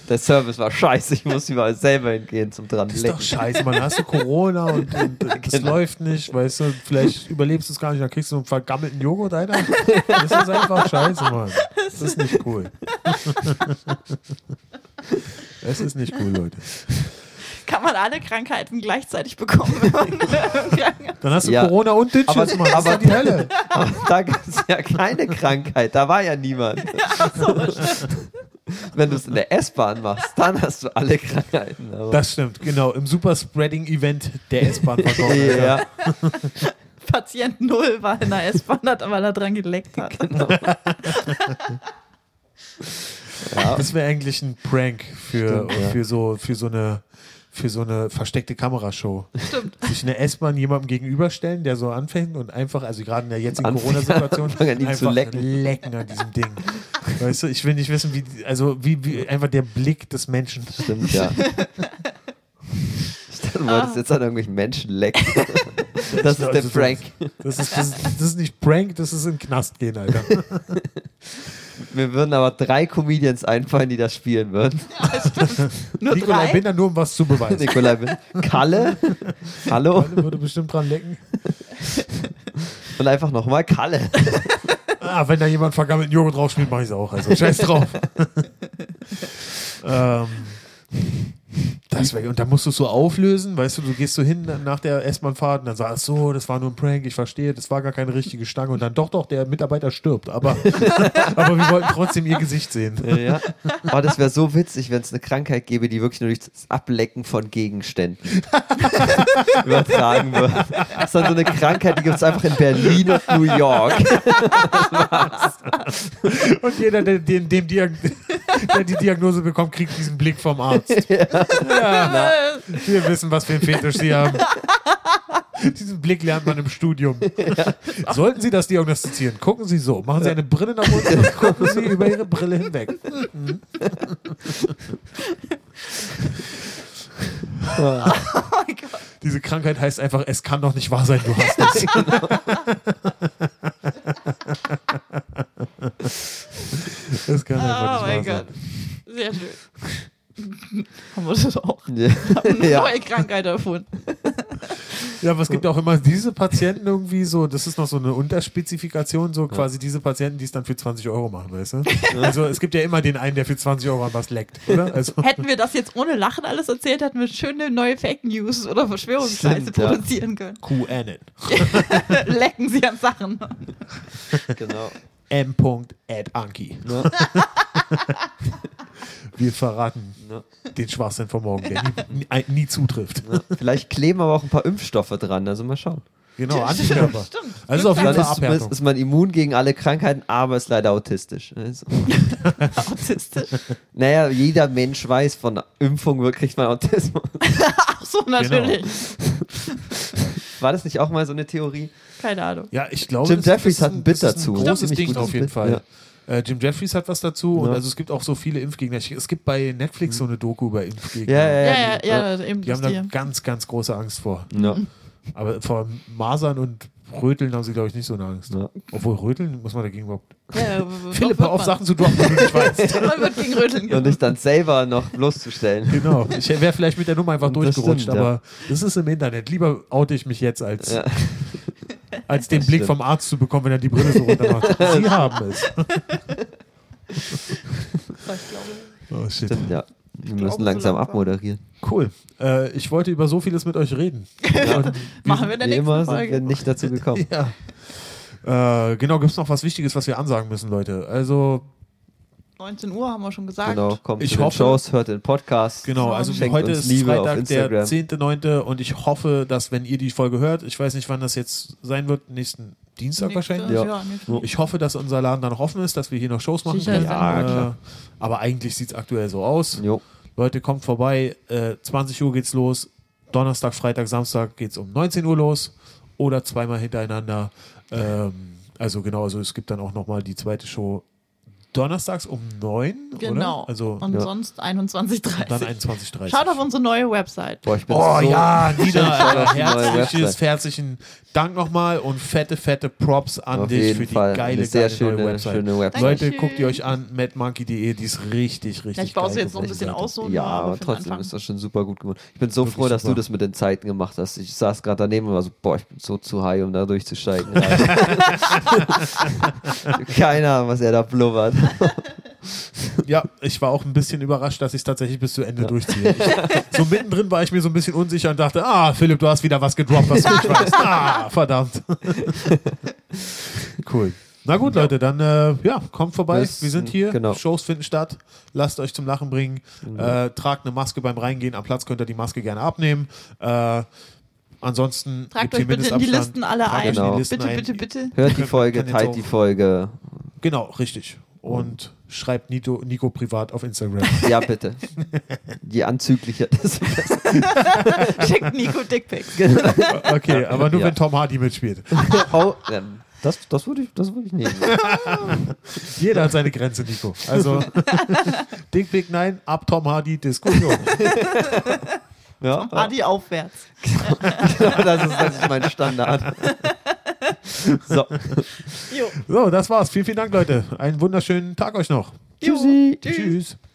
C: Der Service war scheiße, ich muss überall selber hingehen zum dran
A: Das ist doch
C: lecken.
A: scheiße, man. Hast du Corona und, und das
C: Genau.
A: läuft nicht, weißt du, vielleicht überlebst du es gar nicht, dann kriegst du einen vergammelten Joghurt, Alter. Das ist einfach scheiße, Mann. Das ist nicht cool. Es ist nicht cool, Leute.
B: Kann man alle Krankheiten gleichzeitig bekommen, wenn man im Krankenhaus
A: Dann hast du
C: Ja.
A: Corona und Dünnschiss,
C: Aber-
A: Mann. Das ist
C: aber-
A: doch die Hölle.
C: Aber da gab es ja keine Krankheit, da war ja niemand. Wenn du es in der S-Bahn machst, dann hast du alle Krankheiten. Aber
A: Das stimmt, genau. Im Superspreading-Event der S-Bahn verkauft.
C: ja,
B: Patient Null war in der S-Bahn, hat aber da dran geleckt hat.
C: ja.
A: Das wäre eigentlich ein Prank für,
C: Stimmt, ja.
A: für, so, für, so eine, für so eine versteckte Kamerashow.
B: Stimmt.
A: Sich in der S-Bahn jemandem gegenüberstellen, der so anfängt und einfach, also gerade in der jetzigen
C: Anfängt-
A: Corona-Situation,
C: anfangen an ihm zu
A: einfach
C: lecken.
A: lecken an diesem Ding. Weißt du, ich will nicht wissen, wie, die- also wie, wie einfach der Blick des Menschen.
C: Stimmt, ja. Ich dachte mal, das jetzt an irgendwelchen Menschen leckt. Das ist der
A: Also,
C: Frank.
A: Das ist, das, ist, das ist nicht Prank, das ist in den Knast gehen, Alter.
C: Mir würden aber drei Comedians einfallen, die das spielen würden.
B: Nur
A: Nikolai
B: drei.
A: Binder nur, um was zu beweisen.
C: Nikolai Bin. Kalle. Hallo.
A: Kalle würde bestimmt dran lecken.
C: Und einfach nochmal Kalle.
A: Ah, wenn da jemand vergammelten Joghurt draufschmiert, mache ich es auch. Also scheiß drauf. ähm, das wär, und dann musst du es so auflösen, weißt du, du gehst so hin dann nach der S-Bahn-Fahrt und dann sagst du, so, das war nur ein Prank, ich verstehe, das war gar keine richtige Stange und dann doch, doch, der Mitarbeiter stirbt, aber, aber wir wollten trotzdem ihr Gesicht sehen.
C: Ja. Oh, das wäre so witzig, wenn es eine Krankheit gäbe, die wirklich nur durch das Ablecken von Gegenständen übertragen wird. Das ist dann so eine Krankheit, die gibt es einfach in Berlin und New York.
A: Und jeder, der, den, dem Diag der die Diagnose bekommt, kriegt diesen Blick vom Arzt. Ja. Wir wissen, was für ein Fetisch Sie haben. Diesen Blick lernt man im Studium. Sollten Sie das diagnostizieren, gucken Sie so. Machen Sie eine Brille nach unten und gucken Sie über Ihre Brille hinweg.
B: Oh mein Gott.
A: Diese Krankheit heißt einfach, es kann doch nicht wahr sein, du hast es.
B: genau.
A: Es kann einfach
B: Oh mein
A: nicht wahr
B: Gott.
A: sein.
B: Sehr schön. Haben wir das auch.
C: Ja.
B: Eine
C: Ja.
B: neue Krankheit erfunden.
A: Ja, aber es gibt auch immer diese Patienten irgendwie so, das ist noch so eine Unterspezifikation, so quasi diese Patienten, die es dann für 20 Euro machen, weißt du? Also es gibt ja immer den einen, der für 20 Euro an was leckt, oder? Also,
B: Hätten wir das jetzt ohne Lachen alles erzählt, hätten wir schöne neue Fake News oder Verschwörungsscheiße
C: Stimmt, ja.
B: produzieren können.
A: QAnon.
B: Lecken sie an Sachen.
C: Genau.
A: M. Ed Anki.
C: Ja.
A: Wir verraten
C: Ja.
A: den Schwachsinn von morgen, der nie, nie, nie zutrifft.
C: Vielleicht kleben aber auch ein paar Impfstoffe dran, also mal schauen.
A: Genau, Antikörper.
B: Stimmt.
A: Also auf jeden
C: Dann
A: Fall
C: ist, ist,
A: Abhärtung.
C: ist man immun gegen alle Krankheiten, aber ist leider autistisch. Also,
B: Autistisch.
C: naja, jeder Mensch weiß, von Impfung wird- kriegt man Autismus.
B: Ach so,
A: Genau.
B: natürlich.
C: War das nicht auch mal so eine Theorie?
B: Keine Ahnung.
A: Ja, ich glaube,
C: Jim
A: das- das
C: Jeffries
A: ist
C: hat ein Bit
A: das ist
C: dazu.
A: Ein großes
C: Ziemlich
A: Ding
C: gutes
A: auf jeden
C: Bit,
A: Fall. Äh, Jim Jeffries hat was dazu und
C: Ja. Mhm.
A: also es gibt auch so viele Impfgegner. Ich- Es gibt bei Netflix so eine Doku über Impfgegner.
B: Ja, ja, ja, eben
A: Die
B: das
A: haben da
B: dir.
A: ganz, ganz große Angst vor.
C: Ja.
A: Aber vor Masern und Röteln haben sie, glaube ich, nicht so eine Angst.
C: Ja.
A: Obwohl Röteln muss man dagegen überhaupt.
B: Ja,
A: Philipp, hör auf, Sachen zu droppen, die du nicht weißt.
B: Man wird gegen Röteln
C: Und dich dann selber noch bloßzustellen.
A: Genau. Ich wäre vielleicht mit der Nummer einfach
C: Das
A: durchgerutscht,
C: stimmt, ja.
A: aber das ist im Internet. Lieber oute ich mich jetzt, als,
C: Ja.
A: als den Blick vom Arzt zu bekommen, wenn er die Brille so runter macht. Sie haben es. Oh shit.
C: Stimmt, ja. Wir
B: glaube, so
C: müssen
B: langsam.
C: langsam abmoderieren.
A: Cool. Äh, ich wollte über so vieles mit euch reden. Und
B: Machen wir in der
C: Wie immer
B: nächsten
C: sind wir
B: Folge.
C: nicht dazu gekommen.
A: ja. Äh, genau, gibt es noch was Wichtiges, was wir ansagen müssen, Leute? Also,
B: 19 Uhr haben wir schon gesagt.
C: Genau, kommt
A: Ich
C: zu den
A: hoffe-
C: Shows, hört den Podcast.
A: Genau, also
C: Schenkt
A: heute
C: uns
A: ist
C: Liebe auf
A: Freitag, der
C: Instagram.
A: 10.9. und ich hoffe, dass wenn ihr die Folge hört, ich weiß nicht, wann das jetzt sein wird, nächsten Dienstag wahrscheinlich.
B: Ja.
C: Ja.
B: Ja, nächste-
A: Ich hoffe, dass unser Laden da noch offen ist, dass wir hier noch Shows machen
B: Sicher,
A: können.
C: Ja,
A: äh,
C: klar.
A: Aber eigentlich sieht es aktuell so aus.
C: Jo.
A: Leute, kommt vorbei. Äh, 20 Uhr geht's los. Donnerstag, Freitag, Samstag geht's um 19 Uhr los. Oder zweimal hintereinander. Ähm, also genau, also es gibt dann auch nochmal die zweite Show donnerstags um 9.
B: Genau.
A: Oder? Also
B: und
C: ja.
B: sonst 21.30
A: dann 21.30 Uhr.
B: Schaut auf unsere neue Website.
C: Boah, ich bin
A: Oh
C: so
A: ja, Nina,
C: Schaut auf
A: Alter,
C: die neue
A: herzliches,
C: Website.
A: herzlichen Dank nochmal und fette, fette Props an
C: Auf
A: dich
C: jeden
A: für die
C: Fall.
A: geile,
C: Eine sehr
A: geile
C: schöne,
A: neue Website.
C: schöne Website.
A: Leute,
B: Dankeschön.
A: guckt ihr euch an, madmonkey.de, E, die ist richtig, richtig
B: Ja, ich baue sie
A: geil
B: jetzt noch ein
A: geworden,
B: bisschen
A: Leute.
B: aus. So
C: Ja,
B: nur, aber
C: aber
B: für den
C: trotzdem
B: Anfang.
C: ist das schon super gut gemacht. Ich bin so
A: Wirklich
C: froh, dass
A: super.
C: du das mit den Zeiten gemacht hast. Ich saß gerade daneben und war so, boah, ich bin so zu high, um da durchzusteigen. Keine Ahnung, was er da blubbert.
A: Ja, ich war auch ein bisschen überrascht, dass ich es tatsächlich bis zu Ende durchziehe. Ich, so mittendrin war ich mir so ein bisschen unsicher und dachte, ah, Philipp, du hast wieder was gedroppt, was du nicht weißt. Ah, verdammt. cool. Na gut, Leute, dann äh, ja, kommt vorbei.
C: Das-
A: Wir sind hier.
C: genau. Mhm.
A: Shows finden statt. Lasst euch zum Lachen bringen. Äh, tragt eine Maske beim Reingehen. Am Platz könnt ihr die Maske gerne abnehmen. Äh, ansonsten
B: Tragt
A: gibt
B: euch
A: hier
B: bitte in die
A: Mindestabstand.
B: Listen alle
A: Tragt euch
B: ein.
A: in die
C: Genau.
A: Listen
B: Bitte,
A: ein.
B: bitte, bitte.
C: Hört die
A: Kann-
C: Folge,
A: kann jetzt auch-
C: teilt die Folge.
A: Genau, richtig. Und schreibt Nito, Nico privat auf Instagram.
C: Ja, bitte. Je anzüglicher, desto besser.
B: Schickt Nico Dickpics.
A: Okay, aber nur
C: Ja.
A: wenn Tom Hardy mitspielt.
C: Oh, ähm, das, das würde ich, das würde ich nehmen.
A: Jeder hat seine Grenze, Nico. Also, Dick Big Nein, ab Tom Hardy, Diskussion.
C: Ja,
B: Adi aufwärts.
C: genau, das ist, das ist mein Standard. So.
B: Jo.
A: So, das war's. Vielen, vielen Dank, Leute. Einen wunderschönen Tag euch noch.
B: Jo.
C: Tschüssi.
B: Tschüss.
A: Tschüss.